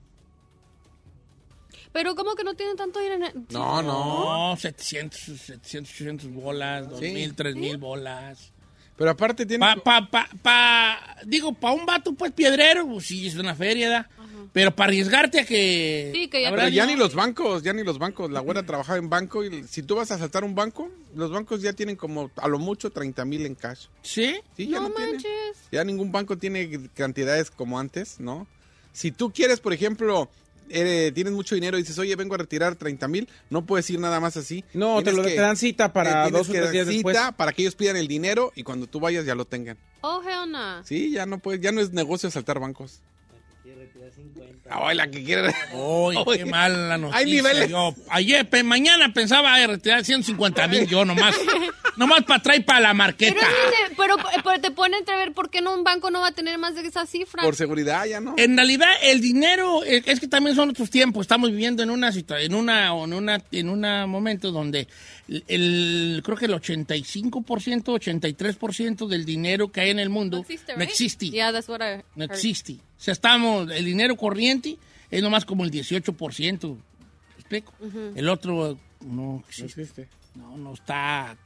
S2: Pero ¿cómo que no tienen tanto dinero?
S4: No, no.
S1: No, 700, 700, 800 bolas, 2000, 3000 bolas.
S4: Pero aparte tiene.
S1: Pa, pa, pa, pa- digo, para un vato, pues piedrero, pues sí, es una feria, ¿da? Pero para arriesgarte a que.
S2: Sí, que ya-
S1: la verdad,
S4: Pero ya
S1: no.
S4: ni los bancos, ya ni los bancos. La abuela trabajaba en banco y si tú vas a asaltar un banco, los bancos ya tienen como a lo mucho 30 mil en cash.
S1: Sí.
S4: Sí, ya
S2: No
S4: no tienen.
S2: manches.
S4: Ya ningún banco tiene cantidades como antes, ¿no? Si tú quieres, por ejemplo, eh, tienes mucho dinero y dices, oye, vengo a retirar 30 mil, no puedes ir nada más así.
S3: No, te
S4: Tienes eh,
S3: lo- te dan cita para
S4: tienes
S3: dos o
S4: que
S3: tres
S4: dar
S3: días
S4: cita
S3: después.
S4: para que ellos pidan el dinero y cuando tú vayas ya lo tengan.
S2: Oh, hell no.
S4: Sí, ya no puedes, ya no es negocio asaltar bancos. La que quiere retirar 50. la que quiere.
S1: Oye, qué mala noticia.
S4: Hay niveles.
S1: Yo, ayer, pe- mañana pensaba eh, retirar 150 mil yo nomás. nomás para traer para la
S2: Pero,
S1: marqueta.
S2: es dinero- pero, pero te pone a entrever por qué no un banco no va a tener más de esa cifra.
S4: Por seguridad ya no.
S8: Eh,
S1: En realidad, el dinero, eh, es que también son otros tiempos. Estamos viviendo en una situa- en una, en una, en una momento donde el, el- creo que el 85%, 83% del dinero que hay en el mundo
S2: No existe,
S1: no
S2: right?
S1: existe.
S2: Yeah, that's what I
S1: No
S2: heard.
S1: existe. O sea, estamos, el dinero corriente es nomás como el 18%. ¿Me explico? El otro no existe. No, no está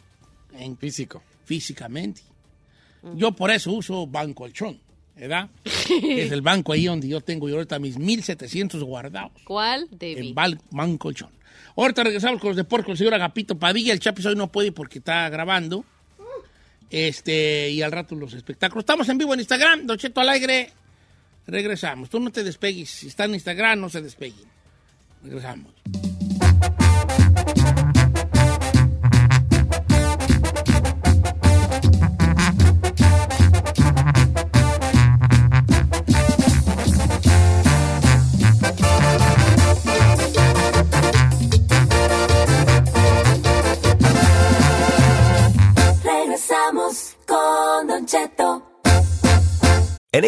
S1: en-
S4: Físico.
S1: físicamente. Yo por eso uso Banco Colchón, ¿verdad? es el banco ahí donde yo tengo yo ahorita mis 1.700 guardados
S2: ¿Cuál,
S1: en
S2: David?
S1: Bal- Banco Colchón. Ahorita regresamos con los deportes con el señor Agapito Padilla. El Chapis hoy no puede porque está grabando. Este, y al rato los espectáculos. Estamos en vivo en Instagram, Don Cheto Alegre. Regresamos. Tú no te despegues. Si está en Instagram, no se despeguen. Regresamos.
S5: Regresamos con Don Cheto.
S9: En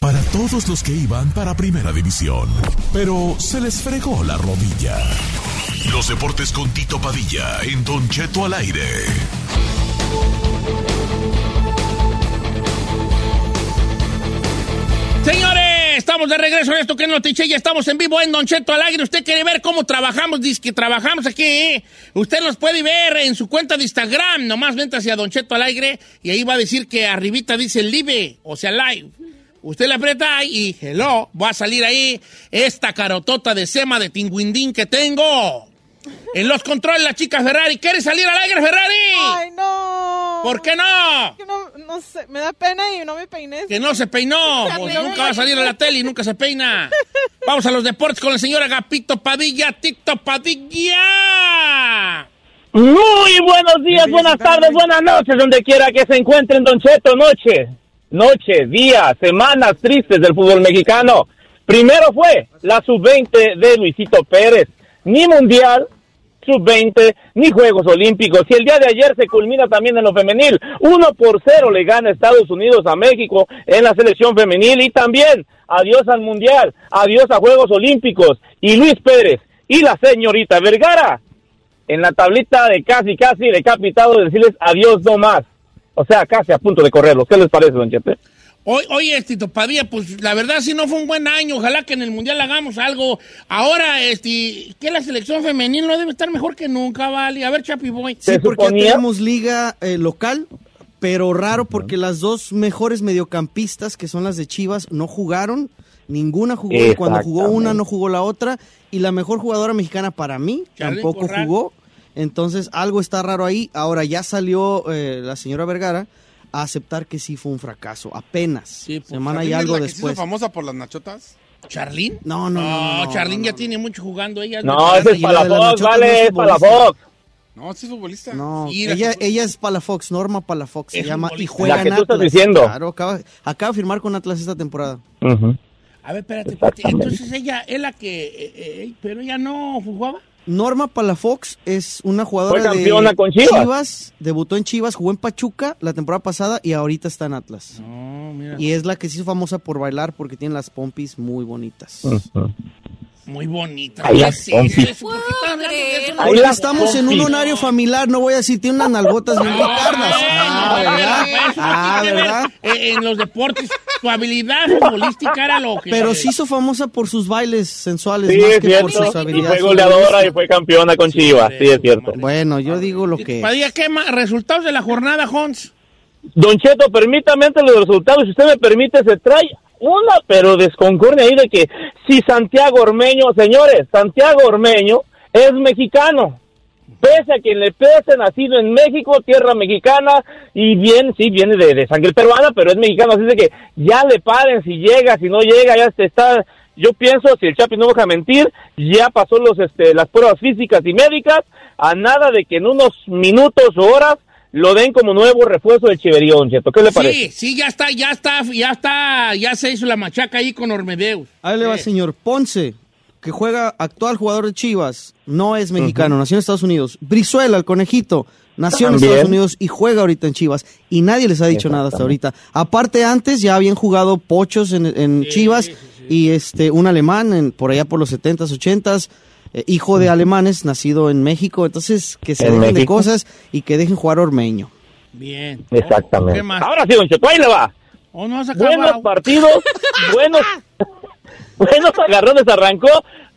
S6: Para todos los que iban para Primera División, pero se les fregó la rodilla. Los deportes con Tito Padilla en Don Cheto al aire.
S1: Señores, estamos de regreso en esto que es Notiche y estamos en vivo en Don Cheto al aire. Usted quiere ver cómo trabajamos, dice que trabajamos aquí. ¿eh? Usted nos puede ver en su cuenta de Instagram, nomás vente hacia Don Cheto al aire y ahí va a decir que arribita dice live, o sea live. Usted le aprieta ahí y hello, va a salir ahí esta carotota de sema de tinguindín que tengo. En los controles la chica Ferrari, ¿quiere salir al aire Ferrari?
S7: Ay, no.
S1: ¿Por qué no?
S7: Que no, no sé, me da pena y no me peiné.
S1: Que no se peinó.
S7: Se
S1: pues
S7: peinó.
S1: nunca va a salir a la tele y nunca se peina. Vamos a los deportes con el señor Agapito Padilla, Tito Padilla.
S10: Muy buenos días, buenas tardes, buenas noches, donde quiera que se encuentren, Don Cheto, noche, noche, día, semanas tristes del fútbol mexicano. Primero fue la sub-20 de Luisito Pérez, ni mundial, sub-20, ni Juegos Olímpicos. Y el día de ayer se culmina también en lo femenil. 1 por 0 le gana Estados Unidos a México en la selección femenil y también adiós al mundial, adiós a Juegos Olímpicos. Y Luis Pérez y la señorita Vergara en la tablita de casi, casi decapitado, de decirles adiós no más. O sea, casi a punto de correrlo. ¿Qué les parece, don Chepe?
S1: Hoy, oye, Tito Padilla, pues la verdad sí no fue un buen año. Ojalá que en el Mundial hagamos algo. Ahora, este, que la selección femenil no debe estar mejor que nunca, vale. A ver, Chapi Boy.
S8: Sí, porque tenemos liga eh, local, pero raro porque las dos mejores mediocampistas, que son las de Chivas, no jugaron. Ninguna jugó. y Cuando jugó una, no jugó la otra. Y la mejor jugadora mexicana para mí
S1: Charly
S8: tampoco
S1: Corral.
S8: jugó. Entonces, algo está raro ahí. Ahora ya salió eh, la señora Vergara a aceptar que sí fue un fracaso. Apenas. Semana
S4: ¿Charlene
S8: y
S4: es
S8: algo
S4: pues, la que se hizo
S8: después.
S4: famosa por las nachotas?
S1: ¿Charlín?
S8: No, no, no, no, no,
S1: Charlín ya tiene mucho jugando ella.
S10: Ah,
S8: No, ese es para la Fox, vale, es para la Fox.
S4: No, sí es futbolista.
S8: No,
S4: Sí, la
S8: ella,
S4: que-
S8: ella es Palafox, Norma Palafox se
S4: Es
S8: llama y
S4: futbolista.
S8: juega
S10: La que
S8: en
S10: tú estás
S8: Atlas.
S10: diciendo.
S8: Claro, acaba, acaba de firmar con Atlas esta temporada.
S1: A ver, espérate, espérate. Entonces ella es la que. eh, eh, pero ella no jugaba.
S8: Norma Palafox es una jugadora
S10: Fue campeona
S8: de
S10: con Chivas.
S8: debutó en Chivas, jugó en Pachuca la temporada pasada y ahorita está en Atlas. Y es la que se hizo famosa por bailar porque tiene las pompis muy bonitas.
S1: Muy bonita.
S8: Ahí las
S1: Sí,
S8: pompis.
S1: sí, ¿por qué están hablando de eso?
S8: Porque estamos en un horario familiar, no voy a decir, tiene unas nalgotas bien carnas. Ah, ¿verdad? Ah, ¿verdad?
S1: Eh, en los deportes, su habilidad futbolística era lo que.
S8: Pero se hizo famosa por sus bailes sensuales
S10: Sí,
S8: más
S10: es
S8: que por
S10: cierto.
S8: sus
S10: Y
S8: habilidades.
S10: fue goleadora y fue campeona con Chivas. Sí, es cierto.
S8: Bueno, yo digo lo que...
S1: Padilla, ¿qué más? Resultados de la jornada, Hons.
S10: Don Cheto, permítame antes de los resultados, si usted me permite, se trae una, pero desconcordia ahí de que si Santiago Ormeño, señores, Santiago Ormeño es mexicano. Pese a quien le pese, nacido en México, tierra mexicana, y bien, sí, viene de, de sangre peruana, pero es mexicano, así de que ya le paren si llega, si no llega, ya se está, yo pienso, si el Chapi no deja mentir, ya pasó los, este, las pruebas físicas y médicas, a nada de que en unos minutos o horas lo den como nuevo refuerzo del Chiverío, don Cheto. ¿Qué le parece?
S1: Sí, sí, ya está, ya está, ya está, ya se hizo la machaca ahí con Ormedeus.
S8: Ahí le va, señor. Ponce, que juega actual jugador de Chivas, no es mexicano, nació en Estados Unidos. Brizuela, el conejito, nació en
S10: También.
S8: Estados Unidos y juega ahorita en Chivas. Y nadie les ha dicho nada hasta ahorita. Aparte, antes ya habían jugado pochos en, en Chivas y este un alemán en- por allá por los 70s, 80s. eh, hijo de alemanes, nacido en México, entonces que se
S10: ¿En
S8: dejen de
S10: México?
S8: cosas y que dejen jugar ormeño.
S1: Bien.
S10: Exactamente.
S1: ¿Qué más?
S10: Ahora sí, don Cheto, ahí le va.
S1: ¿O no has
S10: Buenos
S1: acabado?
S10: partidos, buenos, buenos agarrones arrancó.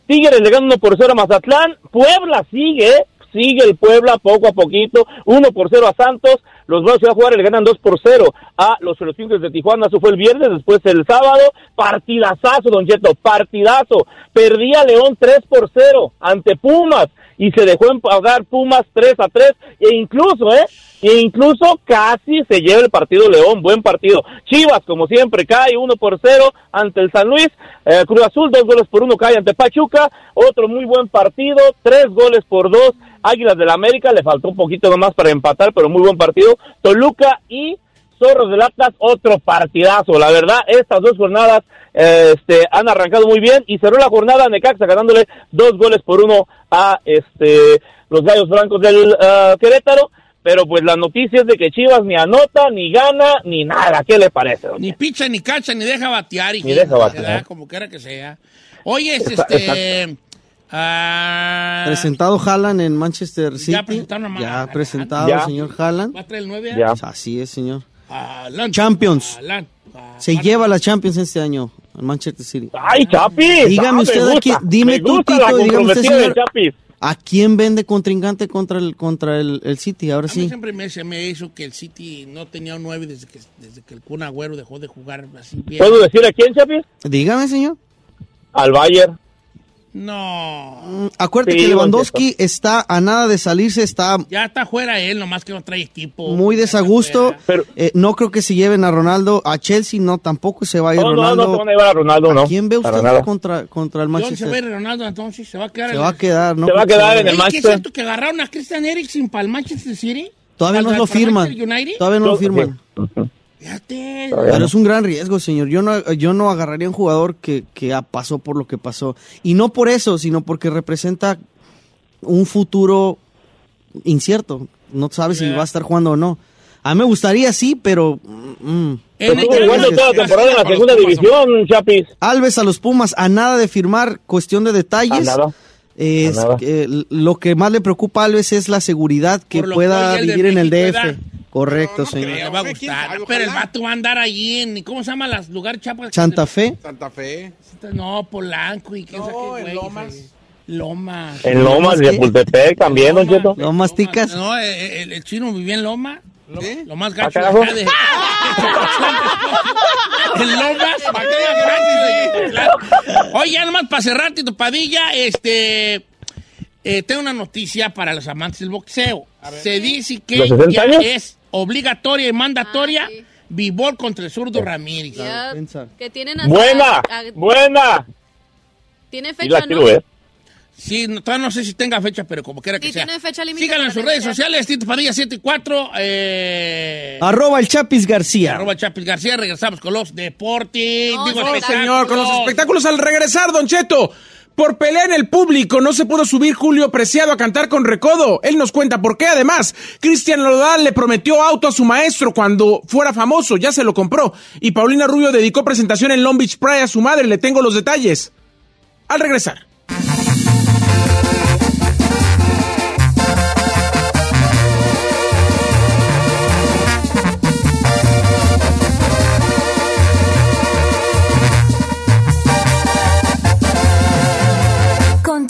S10: Tigres le gana 1 por 0 a Mazatlán. Puebla sigue, sigue el Puebla poco a poquito. 1 por 0 a Santos. Los Bravos de Juárez le ganan 2 por 0 a los Celestines de Tijuana. Eso fue el viernes, después el sábado. Partidazazo, Don Cheto, partidazo. Perdía León 3 por 0 ante Pumas y se dejó empatar Pumas 3 a 3 e incluso, ¿eh? E incluso casi se lleva el partido León, buen partido. Chivas, como siempre, cae 1 por 0 ante el San Luis. Eh, Cruz Azul, dos goles por uno cae ante Pachuca. Otro muy buen partido, tres goles por dos. Águilas del América, le faltó un poquito nomás para empatar, pero muy buen partido. Toluca y Zorros del Atlas, otro partidazo. La verdad, estas dos jornadas eh, este, han arrancado muy bien y cerró la jornada Necaxa ganándole dos goles por uno a este, los Gallos Blancos del eh, Querétaro. Pero pues la noticia es de que Chivas ni anota, ni gana, ni nada. ¿Qué le parece? don
S1: Ni picha, ni cacha, ni deja batear. Y
S10: Ni deja batear.
S1: Como quiera que sea. Oye, es
S8: Esa-
S1: este... ah,
S8: Presentado Haaland en Manchester City.
S1: presentaron a Ma-
S8: Ya presentado,
S1: Ya.
S8: señor Haaland. Pues
S1: ¿Va a traer el 9?
S8: Así es, señor.
S1: Alan.
S8: Champions.
S1: Alan.
S8: Se lleva la Champions este año al Manchester City.
S10: ¡Ay, Chapi! Ah, me
S8: Dígame usted
S10: gusta,
S8: aquí, dime
S10: me
S8: tú,
S10: gusta la
S8: Tito, dígame usted,
S10: comprometida del
S8: señor, ¿a quién vende contrincante contra el contra el, el City? Ahora
S1: A mí
S8: sí.
S1: siempre me, se me hizo que el City no tenía un 9 desde que, desde que el Kun Agüero dejó de jugar así bien.
S10: ¿Puedo decir a quién, Chapi?
S8: Dígame, señor.
S10: Al Bayern.
S1: No.
S8: Mm, Acuérdate
S1: Sí,
S8: que Lewandowski está a nada de salirse, está
S1: Ya está fuera él, nomás que no trae equipo.
S8: muy desagusto. Eh, no creo que se lleven a Ronaldo. Ah, A Chelsea no, tampoco se va a ir
S10: No, no,
S8: Ronaldo.
S10: no se van a llevar a Ronaldo, no.
S8: ¿A quién ve
S10: Para
S8: usted
S10: nada.
S8: contra, contra el
S1: ¿Y dónde se va a
S8: Manchester?
S1: ir Ronaldo entonces? ¿Se va a quedar
S8: este. Se
S1: en
S8: va
S1: el-
S8: a quedar, ¿no? creo vaya.
S1: Oye, ¿Qué es cierto que agarraron a Christian Eriksen para el Manchester City?
S8: Todavía no
S1: ¿Para-
S8: lo
S1: para
S8: firman.
S1: Manchester United?
S8: Todavía no lo firman. Pero
S1: no.
S8: es un gran riesgo, señor. Yo no, yo no agarraría un jugador que, que ah, pasó por lo que pasó. Y no por eso, sino porque representa un futuro incierto. No sabes si va a estar jugando o no. A mí me gustaría, sí, pero... mm, mm.
S10: Estuvo jugando toda la temporada en la segunda división, Chapis.
S8: Alves a los Pumas, a nada de firmar, cuestión de detalles.
S10: A nada.
S8: Es
S10: A nada.
S8: que l- lo que más le preocupa a Alves es la seguridad que
S1: Por lo
S8: pueda
S1: cual ya el de
S8: vivir en el DF.
S1: México,
S8: Correcto, señor.
S1: Le va a gustar. Pero el vato va a andar ahí en. ¿Cómo se llama las lugar chapas?
S8: Santa Fe.
S1: Santa Fe. No, Polanco y qué sé qué, güey. Lomas. Lomas.
S10: En Lomas, de Pultepec también, don Cheto.
S8: Lomas ticas.
S1: No, eh, el, el chino vivía en Loma. Lo más gacho.
S10: Ah, carajo.
S1: acá de- en Lomas. Oye, ya nomás para cerrar, Tito Padilla, este. eh, tengo una noticia para los amantes del boxeo. Se dice que
S10: ¿Los 60
S1: ya
S10: años?
S1: es obligatoria y mandatoria Vivol contra el zurdo Ramírez.
S2: Ah, Ya, que tienen hasta-
S1: Buena,
S2: a-
S10: buena.
S2: Tiene
S1: Sí,
S2: fecha, ¿no?
S1: Sí, no, todavía no sé si tenga fecha, pero como quiera que
S2: Sí,
S1: sea.
S2: tiene fecha límite.
S1: Síganla en
S2: para
S1: sus redes
S2: negociar.
S1: sociales, Tito Padilla 74, eh,
S8: Arroba el Chapis García.
S1: arroba Chapis García. Regresamos con los deportes. digo,
S3: No,
S1: espectáculos.
S3: señor, con los espectáculos al regresar, Don Cheto. Por pelea en el público no se pudo subir Julio Preciado a cantar con Recodo. Él nos cuenta por qué. Además, Cristian Nodal le prometió auto a su maestro cuando fuera famoso. Ya se lo compró. Y Paulina Rubio dedicó presentación en Long Beach Pride a su madre. Le tengo los detalles. Al regresar.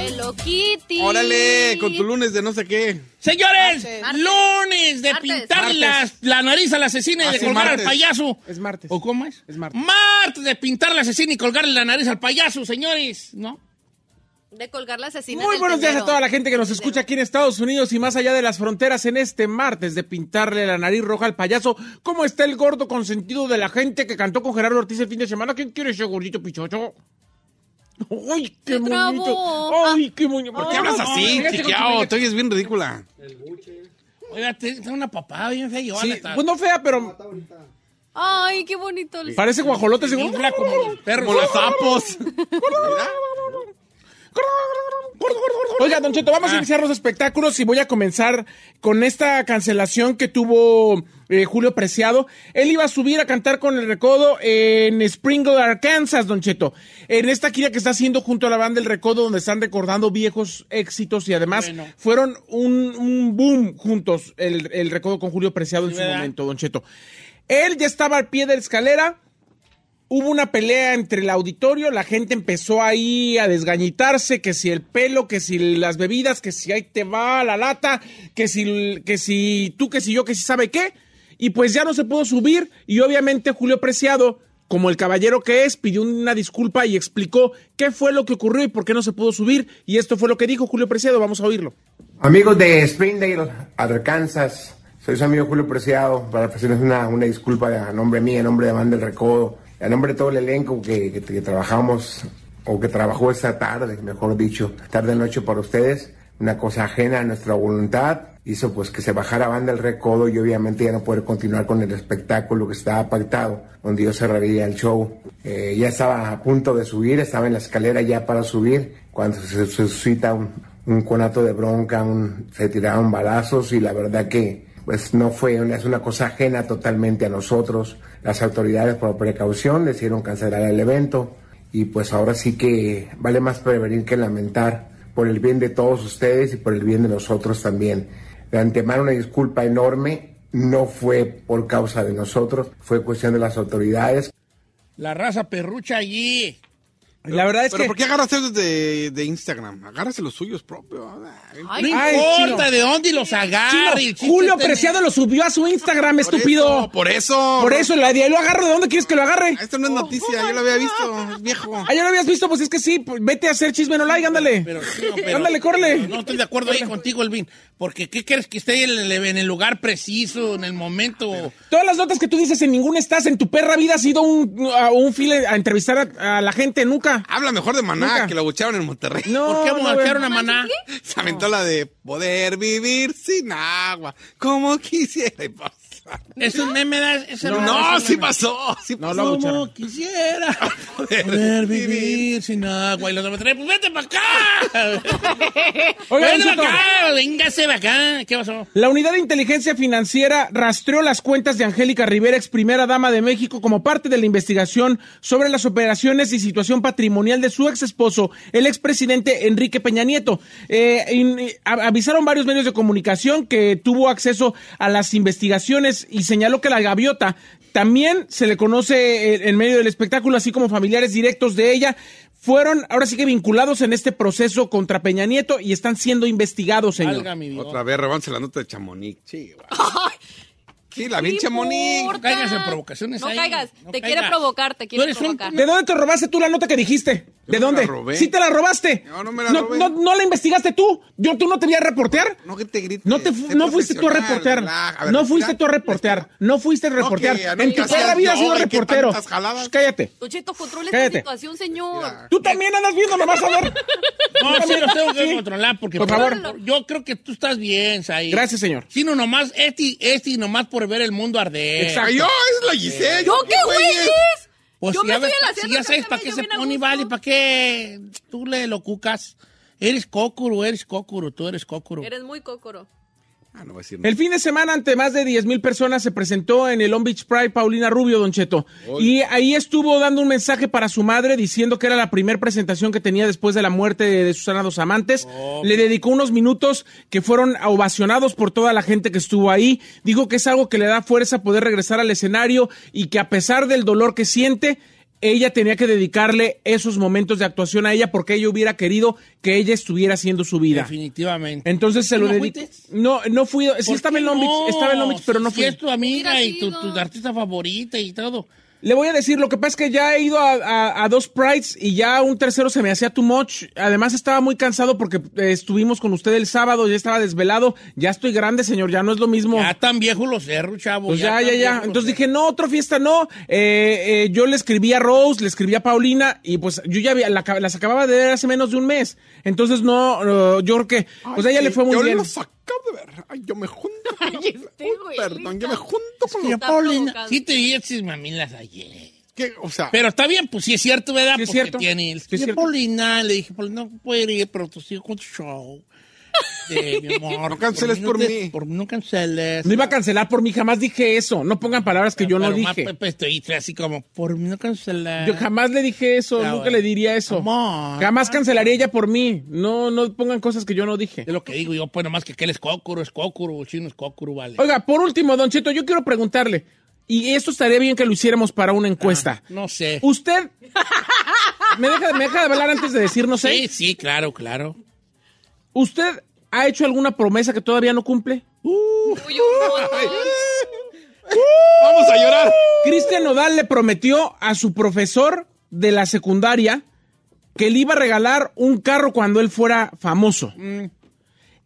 S2: Hello Kitty.
S4: Órale, con tu lunes de no sé qué.
S1: Señores, lunes de pintar
S4: Martes.
S1: las- la nariz al asesino y
S4: Ah,
S1: de
S4: sí,
S1: colgar
S4: martes.
S1: al payaso.
S3: Es martes.
S1: ¿O cómo es?
S3: Es martes.
S1: Martes de pintar al asesino y colgarle la nariz al payaso, señores. ¿No?
S2: De colgar la asesina.
S3: Muy buenos días a toda la gente que nos escucha aquí en Estados Unidos y más allá de las fronteras en este martes de pintarle la nariz roja al payaso. ¿Cómo está el gordo consentido de la gente que cantó con Gerardo Ortiz el fin de semana? ¿Quién quiere ese gordito pichocho? ¡Ay, qué bonito! ¡Ay, qué bonito!
S4: ¿Por qué hablas así, chiquiao? Tú eres bien ridícula.
S1: Oiga, tiene una papada bien fea.
S3: Sí, pues no fea, pero
S2: Ay, qué bonito. el-
S3: parece guajolote seguro.
S1: Como los sapos.
S3: Oiga, Don Cheto, vamos a iniciar los espectáculos y voy a comenzar con esta cancelación que tuvo eh, Julio Preciado. Él iba a subir a cantar con el Recodo en Springfield, Arkansas, Don Cheto. En esta gira que está haciendo junto a la banda El Recodo, donde están recordando viejos éxitos y además fueron un, un boom juntos el, el Recodo con Julio Preciado en su
S1: ¿verdad?
S3: momento, Don Cheto. Él ya estaba al pie de la escalera. Hubo una pelea entre el auditorio, la gente empezó ahí a desgañitarse, que si el pelo, que si las bebidas, que si ahí te va la lata, que si, que si tú, que si yo, que si sabe qué. Y pues ya no se pudo subir y obviamente Julio Preciado, como el caballero que es, pidió una disculpa y explicó qué fue lo que ocurrió y por qué no se pudo subir. Y esto fue lo que dijo Julio Preciado, vamos a oírlo.
S11: Amigos de Springdale, Arkansas, soy su amigo Julio Preciado para ofrecerles una, una disculpa a nombre mío, a nombre de Amanda del Recodo, a nombre de todo el elenco que, que- que trabajamos o que trabajó esta tarde, mejor dicho, tarde noche para ustedes, una cosa ajena a nuestra voluntad, hizo pues que se bajara Banda del Recodo y obviamente ya no poder continuar con el espectáculo que estaba pactado, donde yo cerraría el show. Eh, ya estaba a punto de subir, estaba en la escalera ya para subir, cuando se suscita un, un conato de bronca, un- se tiraron balazos y la verdad que pues no fue, una- es una cosa ajena totalmente a nosotros. Las autoridades por precaución decidieron cancelar el evento y pues ahora sí que vale más prevenir que lamentar por el bien de todos ustedes y por el bien de nosotros también. De antemano una disculpa enorme, no fue por causa de nosotros, fue cuestión de las autoridades.
S1: La raza perrucha allí.
S3: La verdad es
S4: Pero
S3: que-
S4: ¿por qué agarras esos de, de Instagram? Agárrase los suyos propios. ah,
S1: no importa de dónde los
S3: Chino,
S1: agarre. el chiste
S3: Julio
S1: está en-
S3: Preciado lo subió a su Instagram, estúpido.
S4: por eso.
S3: Por eso, la de ahí lo agarro. ¿De dónde quieres que lo agarre?
S4: Esto no es noticia, yo lo había visto, es viejo.
S3: Ah, ya lo habías visto, pues es que sí. pues, vete a hacer chisme no like, ándale.
S1: No, pero-
S3: ándale, córrele.
S1: No estoy de acuerdo ahí contigo, Elvin. Porque ¿qué crees que esté en el, en el lugar preciso, en el momento?
S3: Todas las notas que tú dices en ninguna estás, en tu perra vida has ido un, a un file a entrevistar a, a la gente, nunca.
S4: Habla mejor de Maná, que lo abucharon en Monterrey.
S3: No, ¿Por qué no, abucharon güey. a Maná?
S4: Se aventó la de poder vivir sin agua, como quisiera. y pasar.
S1: Es un meme, ¿verdad? Es el-
S4: No,
S1: es el
S4: sí
S1: meme.
S4: pasó, sí pasó.
S1: Como quisiera poder vivir sin agua. Y los demás, pues vete para acá.
S3: Oiga,
S1: vete
S3: Don Cheto.
S1: para acá, véngase para acá. ¿Qué pasó?
S3: La Unidad de Inteligencia Financiera rastreó las cuentas de Angélica Rivera, ex primera dama de México, como parte de la investigación sobre las operaciones y situación patrimonial de su ex esposo, el expresidente Enrique Peña Nieto. Eh, in- a- avisaron varios medios de comunicación que tuvo acceso a las investigaciones y señaló que la gaviota también se le conoce en- en medio del espectáculo, así como familiares directos de ella fueron ahora sí que vinculados en este proceso contra Peña Nieto y están siendo investigados, señor.
S4: Otra vez, revanse la nota de Chamonix. Sí, güey. sí, la bien Chamonix.
S2: importa?
S1: caigas en provocaciones
S2: No
S1: ahí.
S2: caigas,
S1: No
S2: te
S1: caigas.
S2: quiere provocar, te quiere
S1: eres un-
S2: provocar.
S3: ¿De dónde te robaste tú la nota que dijiste? ¿De dónde?
S4: robé.
S3: Sí te la robaste.
S4: No, no me la robé.
S3: No, no la investigaste tú. Yo tú no te voy a reportear.
S4: No que te grites.
S3: No, te fu- no fuiste tú a
S4: profesional,
S3: reportear.
S4: relaja. A ver,
S3: no
S4: respira.
S3: fuiste tú a reportear. No fuiste a
S4: No, que
S3: reportear. en tu
S4: anotas
S3: perra vida has
S4: yo,
S3: sido
S4: ¿y qué
S3: reportero.
S4: tantas jaladas?
S3: Shh, Cállate.
S2: Don Cheto, controle
S3: Cállate.
S2: esta situación, señor.
S1: Pues
S3: Tú también andas viendo, nomás a ver.
S1: No, sí los tengo que
S3: Sí.
S1: controlar porque
S3: Por favor.
S1: yo creo que tú estás bien, Saí.
S3: Gracias, señor.
S1: Sino nomás, este, este nomás por ver el mundo arder.
S3: Exacto.
S4: Ay, yo, es la Giselle.
S2: ¿Yo qué güeyes?
S1: Pues
S2: Yo
S1: si
S2: me
S1: ya,
S2: estoy
S1: ves,
S2: en la
S1: si
S2: sierra
S1: ya
S2: que
S1: sabes
S2: se
S1: para
S2: me
S1: qué se
S2: lleven a
S1: pone,
S2: gusto.
S1: vale, para qué tú le lo cucas. Eres cócuro, eres cócuro, tú eres cócuro.
S2: Eres muy cócoro.
S4: Ah, no voy a decir nada.
S3: El fin de semana, ante más de 10 mil personas, se presentó en el Long Beach Pride Paulina Rubio, Don Cheto. Y ahí estuvo dando un mensaje para su madre diciendo que era la primera presentación que tenía después de la muerte de, de Susana Dos Amantes. Le dedicó unos minutos que fueron ovacionados por toda la gente que estuvo ahí. Dijo que es algo que le da fuerza poder regresar al escenario y que a pesar del dolor que siente, ella tenía que dedicarle esos momentos de actuación a ella porque ella hubiera querido que ella estuviera haciendo su vida.
S1: Definitivamente.
S3: Entonces se
S1: ¿Tú
S3: lo
S1: no
S3: dedico.
S1: fuiste?
S3: No, no fui. Sí,
S1: ¿Por
S3: estaba
S1: qué
S3: en Long Beach,
S1: no?
S3: estaba en Long Beach, pero no
S1: Si
S3: fui.
S1: es tu amiga
S2: Hubiera
S1: y tu,
S2: sido.
S1: tu artista favorita y todo.
S3: Le voy a decir, lo que pasa es que ya he ido a, a- a dos prides y ya un tercero se me hacía too much. Además estaba muy cansado porque eh, estuvimos con usted el sábado, ya estaba desvelado. Ya estoy grande, señor, ya no es lo mismo.
S1: Ya tan viejo los cerros, chavo.
S3: Pues ya,
S1: tan
S3: ya,
S1: viejo
S3: ya.
S1: los
S3: Entonces
S1: cerros.
S3: dije, no, otra fiesta no. Eh, eh, yo le escribí a Rose, le escribí a Paulina y pues yo ya había- la- las acababa de ver hace menos de un mes. Entonces no, eh, yo creo que, pues a ella
S4: Ay,
S3: le fue muy
S4: yo
S3: bien.
S4: Yo los acabo de ver. Ay, yo me junto. con los-
S2: este güey,
S4: Perdón, yo me
S2: Lisa.
S4: junto con
S1: Ya,
S4: los...
S2: Está
S1: Paulina,
S2: provocando.
S1: sí te vi esas mamilas ayer.
S4: ¿Qué? O sea,
S1: Pero está bien, pues sí es cierto, ¿verdad?
S3: Sí es
S1: Porque
S3: cierto.
S1: tiene el-
S3: Sí es
S1: Y a
S3: cierto.
S1: Paulina, le dije, Paulina, no puedo ir, pero tú sigo con tu show. De, mi amor,
S4: No canceles por
S1: no te-
S4: mí.
S1: por- no canceles.
S3: No iba a cancelar por mí, jamás dije eso. No pongan palabras que yo no
S1: Pero más
S3: dije.
S1: Pepe, estoy así como, por mí no cancelar.
S3: Yo jamás le dije eso,
S1: Ya,
S3: nunca
S1: bueno.
S3: le diría eso.
S1: Amor.
S3: Jamás cancelaría ella por mí. No, no pongan cosas que yo no dije.
S1: Es lo que digo yo, pues nomás que aquel es cócuro, es cócuro, chino es cócuro, vale.
S3: Oiga, por último, Don Cheto, yo quiero preguntarle, y esto estaría bien que lo hiciéramos para una encuesta.
S1: Ah, No eh. sé.
S3: Usted me deja, me deja de hablar antes de decir no sé.
S1: Sí, sí, claro, claro.
S3: ¿Usted ha hecho alguna promesa que todavía no cumple?
S2: Uy, uy, uy.
S4: vamos a llorar.
S3: Cristian Nodal le prometió a su profesor de la secundaria que le iba a regalar un carro cuando él fuera famoso.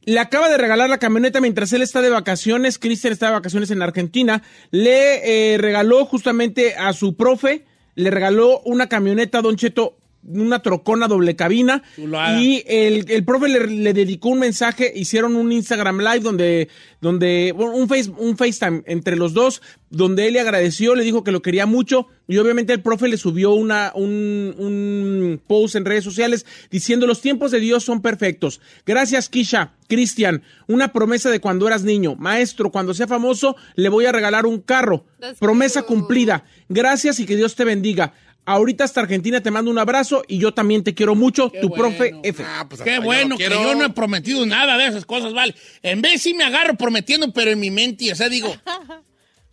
S3: Le acaba de regalar la camioneta mientras él está de vacaciones. Cristian está de vacaciones en Argentina. Le eh, regaló justamente a su profe, le regaló una camioneta, Don Cheto, una trocona doble cabina.
S1: Chulada.
S3: Y el, el profe le, le dedicó un mensaje. Hicieron un Instagram Live donde, donde bueno, un, face, un FaceTime entre los dos, donde él le agradeció, le dijo que lo quería mucho. Y obviamente el profe le subió una, un, un post en redes sociales diciendo los tiempos de Dios son perfectos. Gracias, Kisha. Cristian, una promesa de cuando eras niño. Maestro, cuando sea famoso, le voy a regalar un carro. Promesa cumplida. Gracias y que Dios te bendiga. Ahorita hasta Argentina te mando un abrazo y yo también te quiero mucho, tu profe F.
S4: Ah,
S1: Qué bueno que yo no he prometido nada de esas cosas, vale. En vez sí me agarro prometiendo, pero en mi mente, o sea, digo,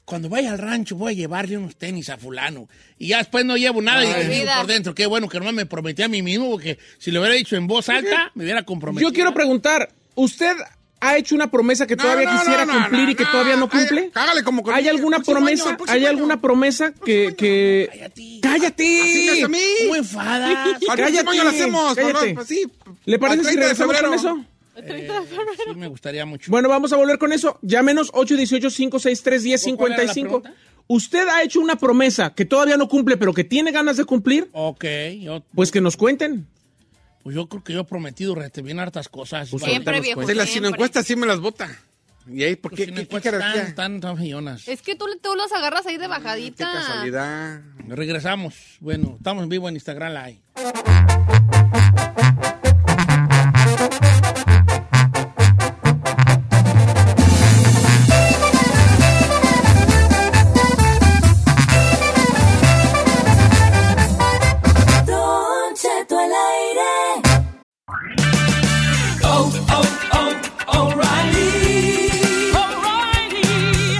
S1: cuando vaya al rancho voy a llevarle unos tenis a fulano. Y ya después no llevo nada
S12: Ay.
S1: y digo por dentro, qué bueno que no me prometí a mí mismo, porque si lo hubiera dicho en voz alta, me hubiera comprometido.
S3: Yo quiero preguntar, ¿usted ha hecho una promesa que todavía
S1: no,
S3: quisiera
S1: no, no,
S3: cumplir y que todavía no cumple? ¿Hay alguna promesa? ¿Hay alguna promesa que, que- ¡Cállate!
S4: Así me hace a mí.
S1: Muy enfada.
S4: Para el próximo año lo hacemos.
S3: cállate.
S4: Para- sí,
S3: ¿Le parece
S4: para
S3: si
S4: el 30 de
S3: regresamos con
S4: febrero.
S3: eso?
S1: Sí, me gustaría mucho.
S3: Bueno, vamos a volver con eso. Llámenos 818-563-1055. ¿Usted ha hecho una promesa que todavía no cumple, pero que tiene ganas de cumplir?
S1: Ok, yo,
S3: Pues que nos cuenten.
S1: pues yo creo que yo he prometido rete bien hartas cosas.
S3: Pues Siempre, ahorita nos viejo, cuentas.
S4: Se las- si no
S1: siempre.
S4: encuestas, sí me las vota. ¿Y ahí
S3: Pues,
S4: por qué?
S1: Si no
S4: ¿Qué- qué
S1: encuentras
S4: jerarquía?
S1: tan, tan, tan feyonas.
S2: Es que tú, tú los agarras ahí de bajadita.
S4: Casualidad.
S1: Regresamos. Bueno, estamos en vivo en Instagram Live.
S5: Don Cheto al aire.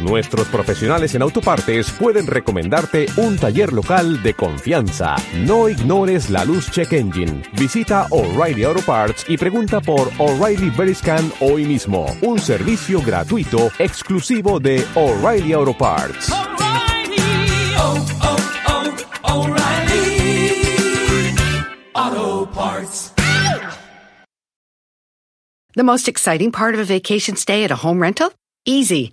S13: nuestros profesionales en autopartes pueden recomendarte un taller local de confianza. No ignores la luz check engine. Visita O'Reilly Auto Parts y pregunta por O'Reilly Veriscan hoy mismo. Un servicio gratuito exclusivo de O'Reilly Auto Parts.
S14: The most exciting part of a vacation stay at a home rental? Easy.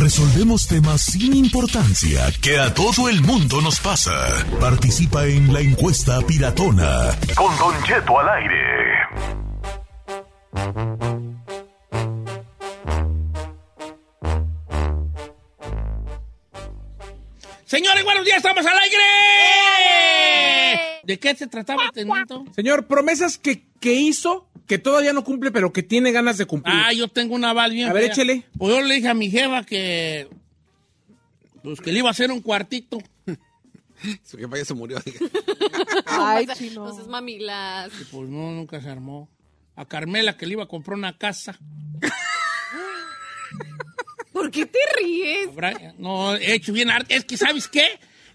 S6: Resolvemos temas sin importancia que a todo el mundo nos pasa. Participa en la encuesta piratona con Don Cheto al aire.
S1: Señores, buenos días, estamos al aire. ¿De qué se trataba este momento?
S3: Señor, promesas que, que hizo, que todavía no cumple, pero que tiene ganas de cumplir.
S1: Ah, yo tengo una val bien.
S3: A ver,
S1: fea.
S3: échele.
S1: Pues yo le dije a mi jefa que. Pues que le iba a hacer un cuartito.
S4: Su jefa ya se murió. diga.
S2: Ay, chino. Entonces, mamilas.
S1: Y pues no, nunca se armó. A Carmela que le iba a comprar una casa.
S2: ¿Por qué te ríes?
S1: Brian, No, he hecho bien arte. Es que, ¿sabes qué?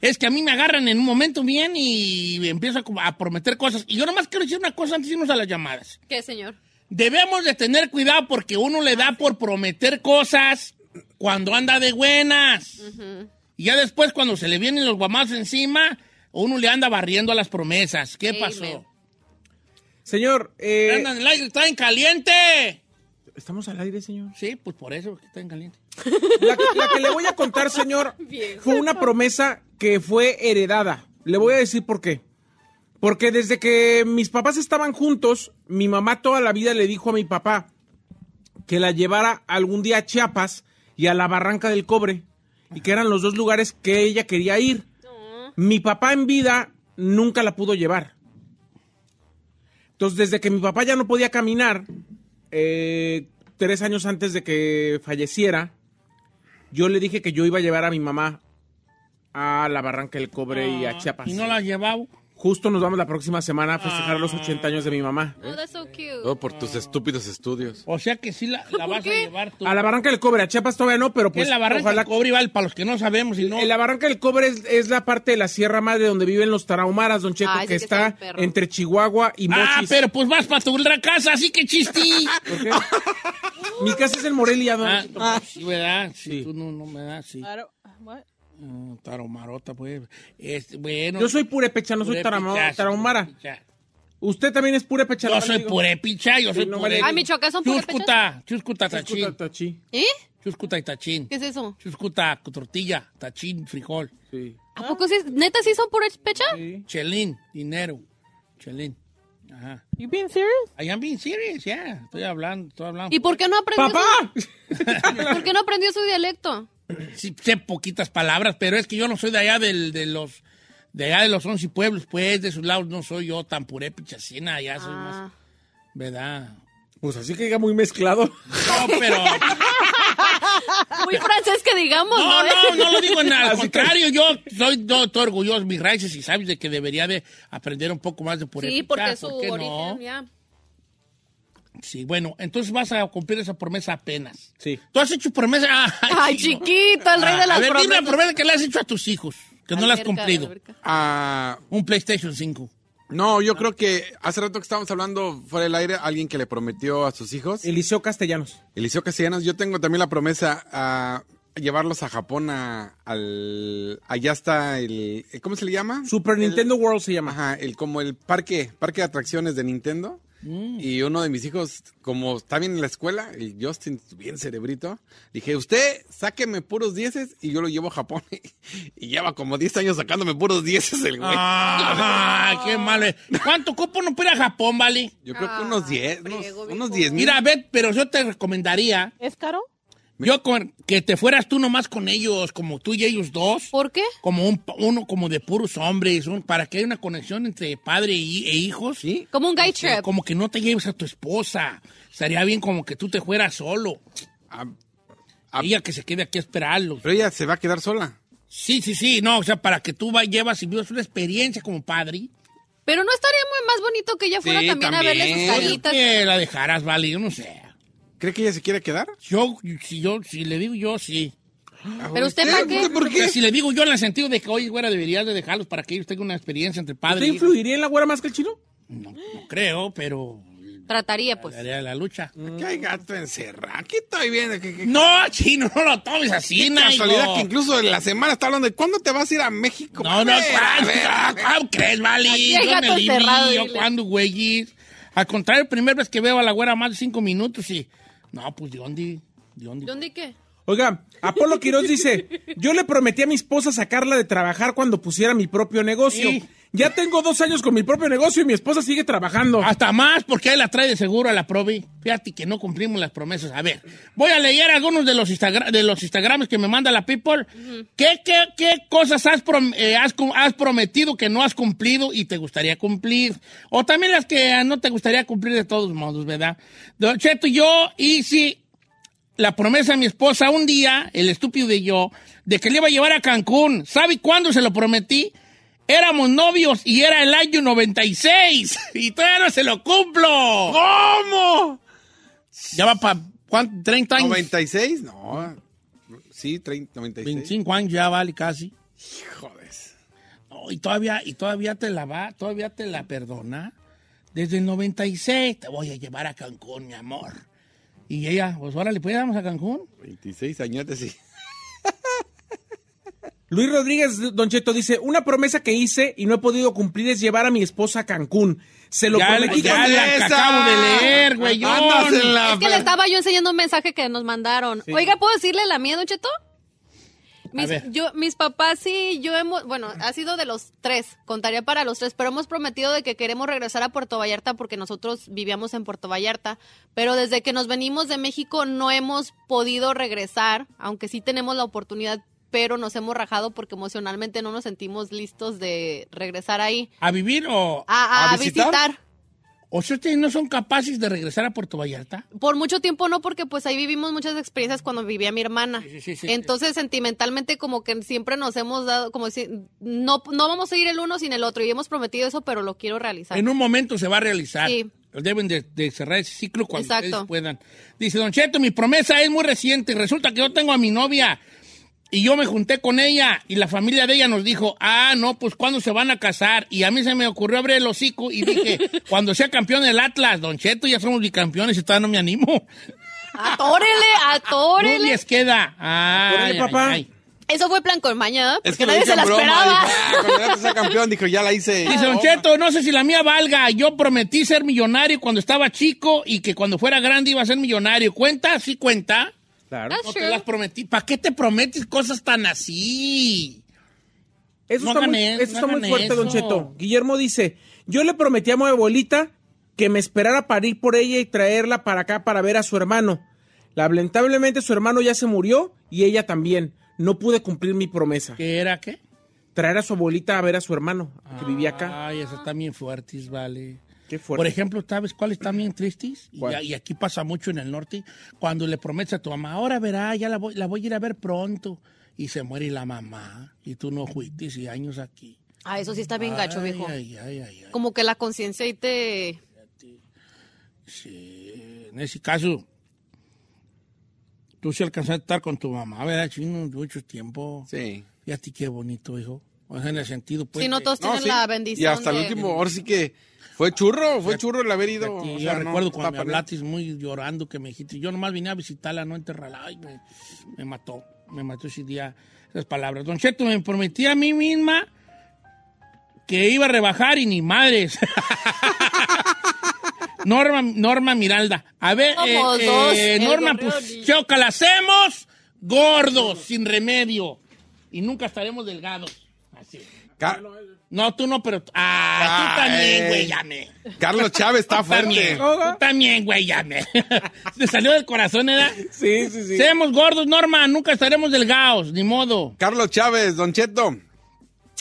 S1: Es que a mí me agarran en un momento bien y empiezo a, como a prometer cosas. Y yo nomás quiero decir una cosa antes de irnos a las llamadas.
S2: ¿Qué, señor?
S1: Debemos de tener cuidado porque uno le da por prometer cosas cuando anda de buenas. Y ya después cuando se le vienen los guamazos encima, uno le anda barriendo a las promesas. ¿Qué pasó?
S3: Señor, eh,
S1: Andan en el aire, está en caliente.
S3: ¿estamos al aire, señor?
S1: Sí, pues por eso que está en caliente.
S3: La, que- la que le voy a contar, señor, fue una promesa que fue heredada. Le voy a decir por qué. Porque desde que mis papás estaban juntos, mi mamá toda la vida le dijo a mi papá, que la llevara algún día a Chiapas y a la Barranca del Cobre, y que eran los dos lugares que ella quería ir. Mi papá en vida nunca la pudo llevar. Entonces, desde que mi papá ya no podía caminar, eh, tres años antes de que falleciera, yo le dije que yo iba a llevar a mi mamá a la Barranca del Cobre y a Chiapas.
S1: Ah. ¿Y no la llevaba?
S3: Justo nos vamos la próxima semana a festejar
S1: Ah.
S3: los 80 años de mi mamá.
S1: ¿Eh?
S2: Oh, that's so cute.
S4: Todo por tus estúpidos estudios.
S1: O sea que sí la, la vas a llevar tú.
S3: A la Barranca del Cobre, a Chiapas todavía no, pero
S1: ¿Qué
S3: pues
S1: es la Barranca del Cobre, Val, para los que no sabemos? Y no...
S3: La Barranca del Cobre es, es la parte de la Sierra Madre donde viven los tarahumaras, don Checo,
S1: Ah, ese
S3: que
S1: que está
S3: está
S1: bien perro.
S3: entre Chihuahua y Mochis.
S1: Ah, pero pues vas para tu otra casa, así que chistí.
S3: Mi casa es en Morelia, don
S1: Ah,
S3: Cheto.
S1: no, sí, ¿verdad? Sí, tú no, no me das, sí.
S7: Claro. What?
S1: Mm, Taromarota, pues. Este, bueno.
S3: Yo soy purepecha, no soy
S1: Purépecha,
S3: tarama-
S1: sí,
S3: tarahumara.
S1: purépecha.
S3: Usted también es purepecha.
S1: Yo
S3: ¿no,
S1: soy
S3: amigo?
S1: purepecha, yo
S3: Sí,
S1: soy
S3: no
S1: pure.
S3: vale.
S2: Ah, Michoacán son
S1: Chuscuta, chuscuta
S3: Chuscuta,
S1: tachín.
S3: tachí.
S2: ¿Eh?
S1: Chuscuta y tachín.
S2: ¿Qué es eso?
S1: Chuscuta, tortilla, tachín, frijol.
S3: Sí.
S2: ¿A poco sí? ¿Neta sí son pura pecha?
S1: Chelín, dinero. Chelín. Ajá.
S7: You being serious?
S1: I am being serious, yeah. Estoy hablando, estoy hablando.
S2: ¿Y por qué no aprendió
S3: ¡Papá!
S2: Su, ¿Por qué no aprendió su dialecto?
S1: Sí, sé poquitas palabras, pero es que yo no soy de allá del, de los de allá de los once pueblos, pues de sus lados no soy yo tan puré pichacina, allá soy más,
S2: Ah.
S1: ¿verdad?
S3: Pues así que llega muy mezclado.
S1: No, pero
S2: Muy francés que digamos,
S1: no,
S2: ¿no? eh?
S1: no, no lo digo en nada, al
S3: Así que-
S1: contrario, yo soy yo estoy orgulloso de mis raíces y sabes de que debería de aprender un poco más de puré
S2: Sí, porque su origen, ya.
S1: Sí, bueno, entonces vas a cumplir esa promesa apenas.
S3: Sí.
S1: ¿Tú has hecho promesa? Ay,
S2: Ay,
S1: chico.
S2: chiquito, el rey
S1: Ah,
S2: de las
S1: A ver, dime la
S2: promesas.
S1: promesa que le has hecho a tus hijos, que no la has
S2: Alberca,
S1: cumplido.
S2: alberca.
S4: Ah,
S1: Un PlayStation 5.
S4: no, yo creo que hace rato que estábamos hablando fuera del aire, alguien que le prometió a sus hijos.
S3: Eliseo Castellanos.
S4: Eliseo Castellanos, yo tengo también la promesa a llevarlos a Japón a- al allá está el ¿cómo se le llama?
S3: Super Nintendo World se llama.
S4: Ajá, el como el parque, parque de atracciones de Nintendo. Y uno de mis hijos, como está bien en la escuela, el Justin, bien cerebrito, dije, usted sáqueme puros dieces y yo lo llevo a Japón. y lleva como 10 años sacándome puros dieces el güey.
S1: Ah, qué malo. es. ¿Cuánto cupo no para ir a Japón, vale?
S4: Yo creo que unos 10, unos,
S2: Ah, friego,
S4: unos 10 mil.
S1: Mira, Bet, pero yo te recomendaría
S7: ¿Es caro?
S1: yo con- que te fueras tú nomás con ellos, como tú y ellos dos,
S2: ¿Por qué?
S1: como un, uno como de puros hombres, un- para que haya una conexión entre padre y- e hijos.
S4: Sí.
S2: Como un guy
S1: Pero
S2: trip.
S1: Como que no te lleves a tu esposa. Estaría bien como que tú te fueras solo.
S4: Ah,
S1: Ella que se quede aquí a esperarlos.
S4: pero ella se va a quedar sola.
S1: Sí, sí, sí. No, o sea, para que tú vayas, llevas y vivas una experiencia como padre.
S2: Pero no estaría muy más bonito que ella fuera
S4: Sí,
S2: también, a verle sus
S4: también.
S2: caritas.
S1: Pues Que la dejaras, vale, yo no sé.
S4: ¿Cree que ella se quiere quedar?
S1: Yo, si yo, si le digo yo, sí.
S2: Pero usted, ¿para qué?
S4: ¿Por
S1: Porque
S4: qué?
S1: si le digo yo en el sentido de que, oye, güera, deberías de dejarlos para que ellos tengan una experiencia entre
S3: ¿Te
S1: padre y hijo.
S3: influiría en la güera más que el chino?
S1: No, no creo, pero
S2: Trataría, pues.
S1: daría la lucha.
S4: Aquí hay gato encerrado. Aquí estoy viendo. Que, que-
S1: No, chino, no lo tomes así,
S4: qué
S1: Naigo.
S4: casualidad que incluso en la semana está hablando de cuándo te vas a ir a México.
S1: No, no,
S4: A ver, a
S1: ¿cuál,
S4: ver, a ver.
S1: ¿cuál crees, Vali?
S2: Aquí hay
S1: Yo
S2: gato
S1: me libre,
S2: encerrado,
S1: yo
S2: dile.
S1: cuando, güey. Al contrario, primera vez que veo a la güera más de cinco minutos y... No, pues, ¿de dónde? ¿De dónde?
S2: ¿Dónde qué?
S3: Oiga, Apolo Quiroz dice, yo le prometí a mi esposa sacarla de trabajar cuando pusiera mi propio negocio.
S1: Sí.
S3: Ya tengo dos años con mi propio negocio y mi esposa sigue trabajando.
S1: Hasta más, porque ahí la trae de seguro a la Provi. Fíjate que no cumplimos las promesas. A ver, voy a leer algunos de los, Instagra- de los Instagrams que me manda la people. ¿Qué, qué, qué cosas has, prom- eh, has cum- has prometido que no has cumplido y te gustaría cumplir? O también las que ah, no te gustaría cumplir de todos modos, ¿verdad? Don Cheto, yo hice la promesa a mi esposa un día, el estúpido de yo, de que le iba a llevar a Cancún. ¿Sabe cuándo se lo prometí? Éramos novios y era el año 96 y todavía no se lo cumplo. ¿Cómo? Ya va para 30 años.
S4: 96, no. Sí, 30, 96.
S1: 25 años ya vale casi.
S4: Joder.
S1: No, y todavía y todavía te la va, todavía te la perdona. Desde el 96 te voy a llevar a Cancún, mi amor. Y ella, pues órale, pues vamos a Cancún.
S4: 26 añotes, sí.
S3: Luis Rodríguez Don Cheto dice, una promesa que hice y no he podido cumplir es llevar a mi esposa a Cancún. Se lo
S1: ya
S3: prometí
S1: Pues, ya
S3: con-
S1: la que acabo de leer, güey.
S4: Andas en la-
S2: Es que le estaba yo enseñando un mensaje que nos mandaron. Oiga, ¿puedo decirle la mía, Don Cheto? Mis,
S1: ver.
S2: yo, mis papás sí, yo hemos, bueno, ha sido de los tres, contaría para los tres, pero hemos prometido de que queremos regresar a Puerto Vallarta porque nosotros vivíamos en Puerto Vallarta, pero desde que nos venimos de México no hemos podido regresar, aunque sí tenemos la oportunidad, pero nos hemos rajado porque emocionalmente no nos sentimos listos de regresar ahí.
S1: ¿A vivir o
S2: A, a visitar.
S1: ¿O si ustedes no son capaces de regresar a Puerto Vallarta?
S2: Por mucho tiempo no, porque pues ahí vivimos muchas experiencias cuando vivía mi hermana.
S1: sí.
S2: Entonces, sentimentalmente, como que siempre nos hemos dado, como si no, no vamos a ir el uno sin el otro. Y hemos prometido eso, pero lo quiero realizar.
S1: En un momento se va a realizar.
S2: Sí.
S1: Deben de, de cerrar ese ciclo cuando
S2: Exacto.
S1: ustedes puedan. Dice, Don Cheto, mi promesa es muy reciente. Resulta que yo tengo a mi novia y yo me junté con ella y la familia de ella nos dijo, ah, no, pues ¿cuándo se van a casar? Y a mí se me ocurrió abrir el hocico y dije, cuando sea campeón del Atlas, Don Cheto, ya somos bicampeones y todavía no me animo.
S2: ¡Atórele!
S1: No
S2: ¡Atórele!
S1: les queda. Ay,
S4: Atórele, papá.
S1: ay, ay.
S2: Eso fue plan con maña, ¿eh? Porque
S4: Es que lo
S2: nadie
S4: dice
S2: se
S4: en
S2: la
S4: broma.
S2: esperaba.
S4: dijo, "Ah, cuando ya sea campeón, dijo, ya la hice.
S1: Dice Don Cheto, no sé si la mía valga. Yo prometí ser millonario cuando estaba chico y que cuando fuera grande iba a ser millonario. ¿Cuenta? Sí cuenta.
S3: Claro.
S1: No te las prometí. ¿Para qué te prometes cosas tan así?
S3: Eso
S1: No
S3: está,
S1: hagan
S3: muy,
S1: eso,
S3: eso
S1: no
S3: está muy
S1: hagan
S3: fuerte, Don
S1: eso.
S3: Cheto. Guillermo dice, yo le prometí a mi abuelita que me esperara para ir por ella y traerla para acá para ver a su hermano. Lamentablemente su hermano ya se murió y ella también. No pude cumplir mi promesa.
S1: ¿Qué era qué?
S3: Traer a su abuelita a ver a su hermano, que vivía acá.
S1: Ay, esas están bien fuertes, vale.
S3: Qué fuerte.
S1: Ah. Por ejemplo, ¿sabes cuáles están bien tristes? Y,
S3: ¿Cuál?
S1: a- y aquí pasa mucho en el norte. Cuando le prometes a tu mamá, ahora verá, ya la voy, la voy a ir a ver pronto. Y se muere la mamá. Y tú no fuiste y años aquí.
S2: Ah, eso sí está bien gacho,
S1: Ay,
S2: viejo.
S1: ay, ay, ay.
S2: Como que la conciencia ahí te...
S1: En ese caso, tú sí alcanzaste a estar con tu mamá, ¿verdad, chino? Mucho tiempo.
S4: Sí.
S1: Y a ti qué bonito, hijo. O sea, en el sentido, pues.
S2: Si no,
S1: de-
S2: todos tienen la bendición
S4: Y hasta el
S2: de-
S4: último, ahora sí que fue churro, fue churro el haber ido.
S1: Sí,
S4: o
S1: yo
S4: sea, no,
S1: recuerdo cuando me
S4: está para-
S1: hablaste muy llorando que me dijiste, yo nomás vine a visitarla, no enterrarla. Ay, me, me mató, me mató ese día esas palabras. Don Cheto, me prometí a mí misma que iba a rebajar y ni madres. Norma, Norma Miralda. A ver, eh,
S2: Somos
S1: eh,
S2: dos, el
S1: Norma,
S2: gorrión
S1: pues,
S2: y-
S1: choca, la hacemos gordos, sin remedio. Y nunca estaremos delgados. Así.
S4: Ca-
S1: No, tú no, pero... Ah, tú también,
S4: Ay.
S1: güey, llame.
S4: Carlos Chávez está
S1: Tú también,
S4: fuerte.
S1: tú también, güey, llame. Te salió del corazón, ¿verdad?
S3: Sí, sí, sí.
S1: Seamos gordos, Norma, nunca estaremos delgados, ni modo.
S4: Carlos Chávez, Don Cheto.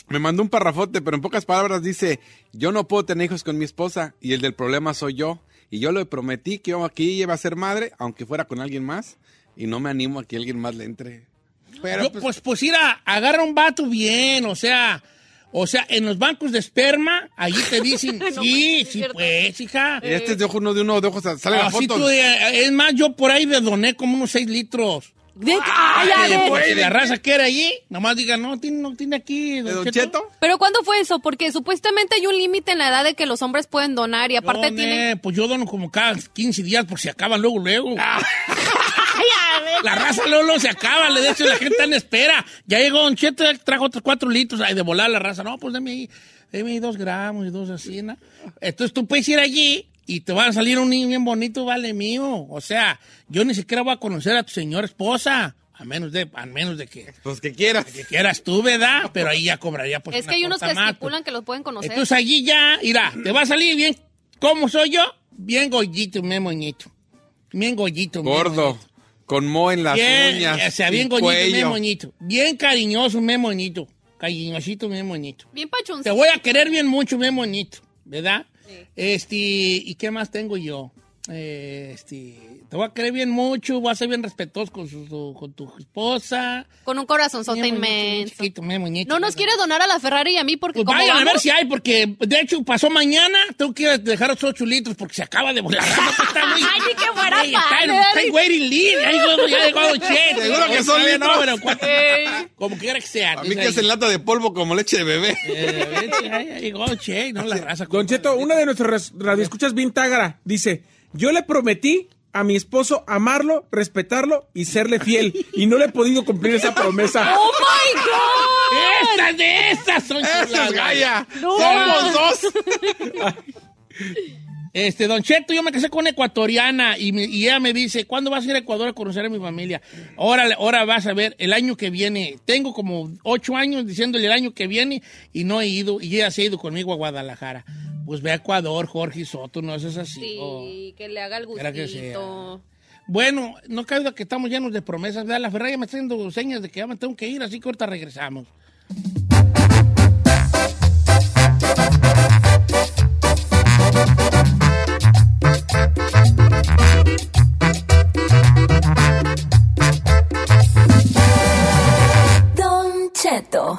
S4: Me mandó un parrafote, pero en pocas palabras dice, yo no puedo tener hijos con mi esposa y el del problema soy yo. Y yo le prometí que yo aquí iba a ser madre, aunque fuera con alguien más, y no me animo a que alguien más le entre.
S1: Yo, pues, pues, ir a agarra un vato bien, o sea, o sea, en los bancos de esperma, allí te dicen, sí, sí, pues, hija.
S4: Y Este es de ojo, uno de uno, de ojos, sale la
S1: Ah, sí,
S4: foto.
S1: tú, eh, es más, yo por ahí le doné como unos 6 litros.
S2: De- ¡Ay, a
S1: Pues,
S2: ver!
S1: si la raza que era allí, nomás diga, no, tiene, no tiene aquí. ¿De
S4: Don
S2: ¿Pero cuándo fue eso? Porque supuestamente hay un límite en la edad de que los hombres pueden donar y aparte
S1: Doné,
S2: tienen...
S1: Pues yo dono como cada 15 días por si acaban luego, luego. La raza luego, luego se acaba, le de hecho la gente está en espera. Ya llegó Don Cheto, ya trajo otros cuatro litros, ay, de volar la raza. No, pues dame ahí, dame ahí dos gramos y dos así, ¿no? Entonces tú puedes ir allí y te va a salir un niño bien bonito, vale mío. O sea, yo ni siquiera voy a conocer a tu señora esposa, a menos de, a menos de que,
S4: Pues que quieras.
S1: que quieras tú, ¿verdad? Pero ahí ya cobraría pues
S2: es
S1: una
S2: que hay unos
S1: cuota
S2: que
S1: más, pues.
S2: estipulan que los pueden conocer.
S1: Entonces allí ya, mira, te va a salir bien. ¿Cómo soy yo? Bien gollito, bien moñito. Bien gollito. bien
S4: Gordo, con mo en las
S1: bien,
S4: uñas.
S1: O sea, bien
S4: y
S1: goñito, bien
S4: cuello.
S1: moñito. Bien cariñoso, bien moñito. Cariñosito, bien moñito.
S2: Bien pachoncito.
S1: Te voy a querer bien mucho, bien moñito, ¿verdad? Este, ¿y qué más tengo yo? Eh, este, te voy a querer bien mucho, voy a ser bien respetuoso con, su- su- con tu esposa.
S2: Con un corazonzote
S1: Bien moñito, bien
S2: inmenso.
S1: chiquito, bien moñito.
S2: No nos quieres donar a la Ferrari y a mí porque
S1: Pues
S2: como
S1: vayan a
S2: vamos-
S1: ver si hay, porque de hecho pasó mañana, tengo que ir a dejar otros ocho litros porque se acaba de volar. Está muy-
S2: Ay, ni que fuera
S1: Ey, está en- está en waiting list. Ahí llegó- ya llegó Don Cheto.
S4: Seguro que son
S1: Todavía no,
S4: litros.
S1: pero cuánto-
S2: Ey.
S1: Como quiera que sea. Eh,
S4: A mí que se lata de polvo como leche de bebé.
S1: Ya llegó Don Che, no la raza.
S3: Don Cheto, una de nuestras ras- radioescuchas bien tágara dice, yo le prometí a mi esposo amarlo, respetarlo y serle fiel. Y no le he podido cumplir esa promesa.
S2: ¡Oh, my God!
S1: Estas de estas son
S4: ¡Esa es
S1: chuladas.
S4: Gaia!
S2: No.
S4: ¡Somos dos!
S1: Este, Don Cheto, yo me casé con una ecuatoriana y, me- y ella me dice, ¿cuándo vas a ir a Ecuador a conocer a mi familia? Ahora, ahora vas a ver, el año que viene. Tengo como ocho años diciéndole el año que viene y no he ido, y ella se ha ido conmigo a Guadalajara. Pues ve a Ecuador, Jorge Soto, no es así. oh.
S2: Sí, que le haga el
S1: Era que sea.
S2: gustito.
S1: Bueno, no cabe duda que estamos llenos de promesas, ¿verdad? La Ferrari ya me está haciendo señas de que ya me tengo que ir, así que ahorita regresamos.
S5: Don Cheto.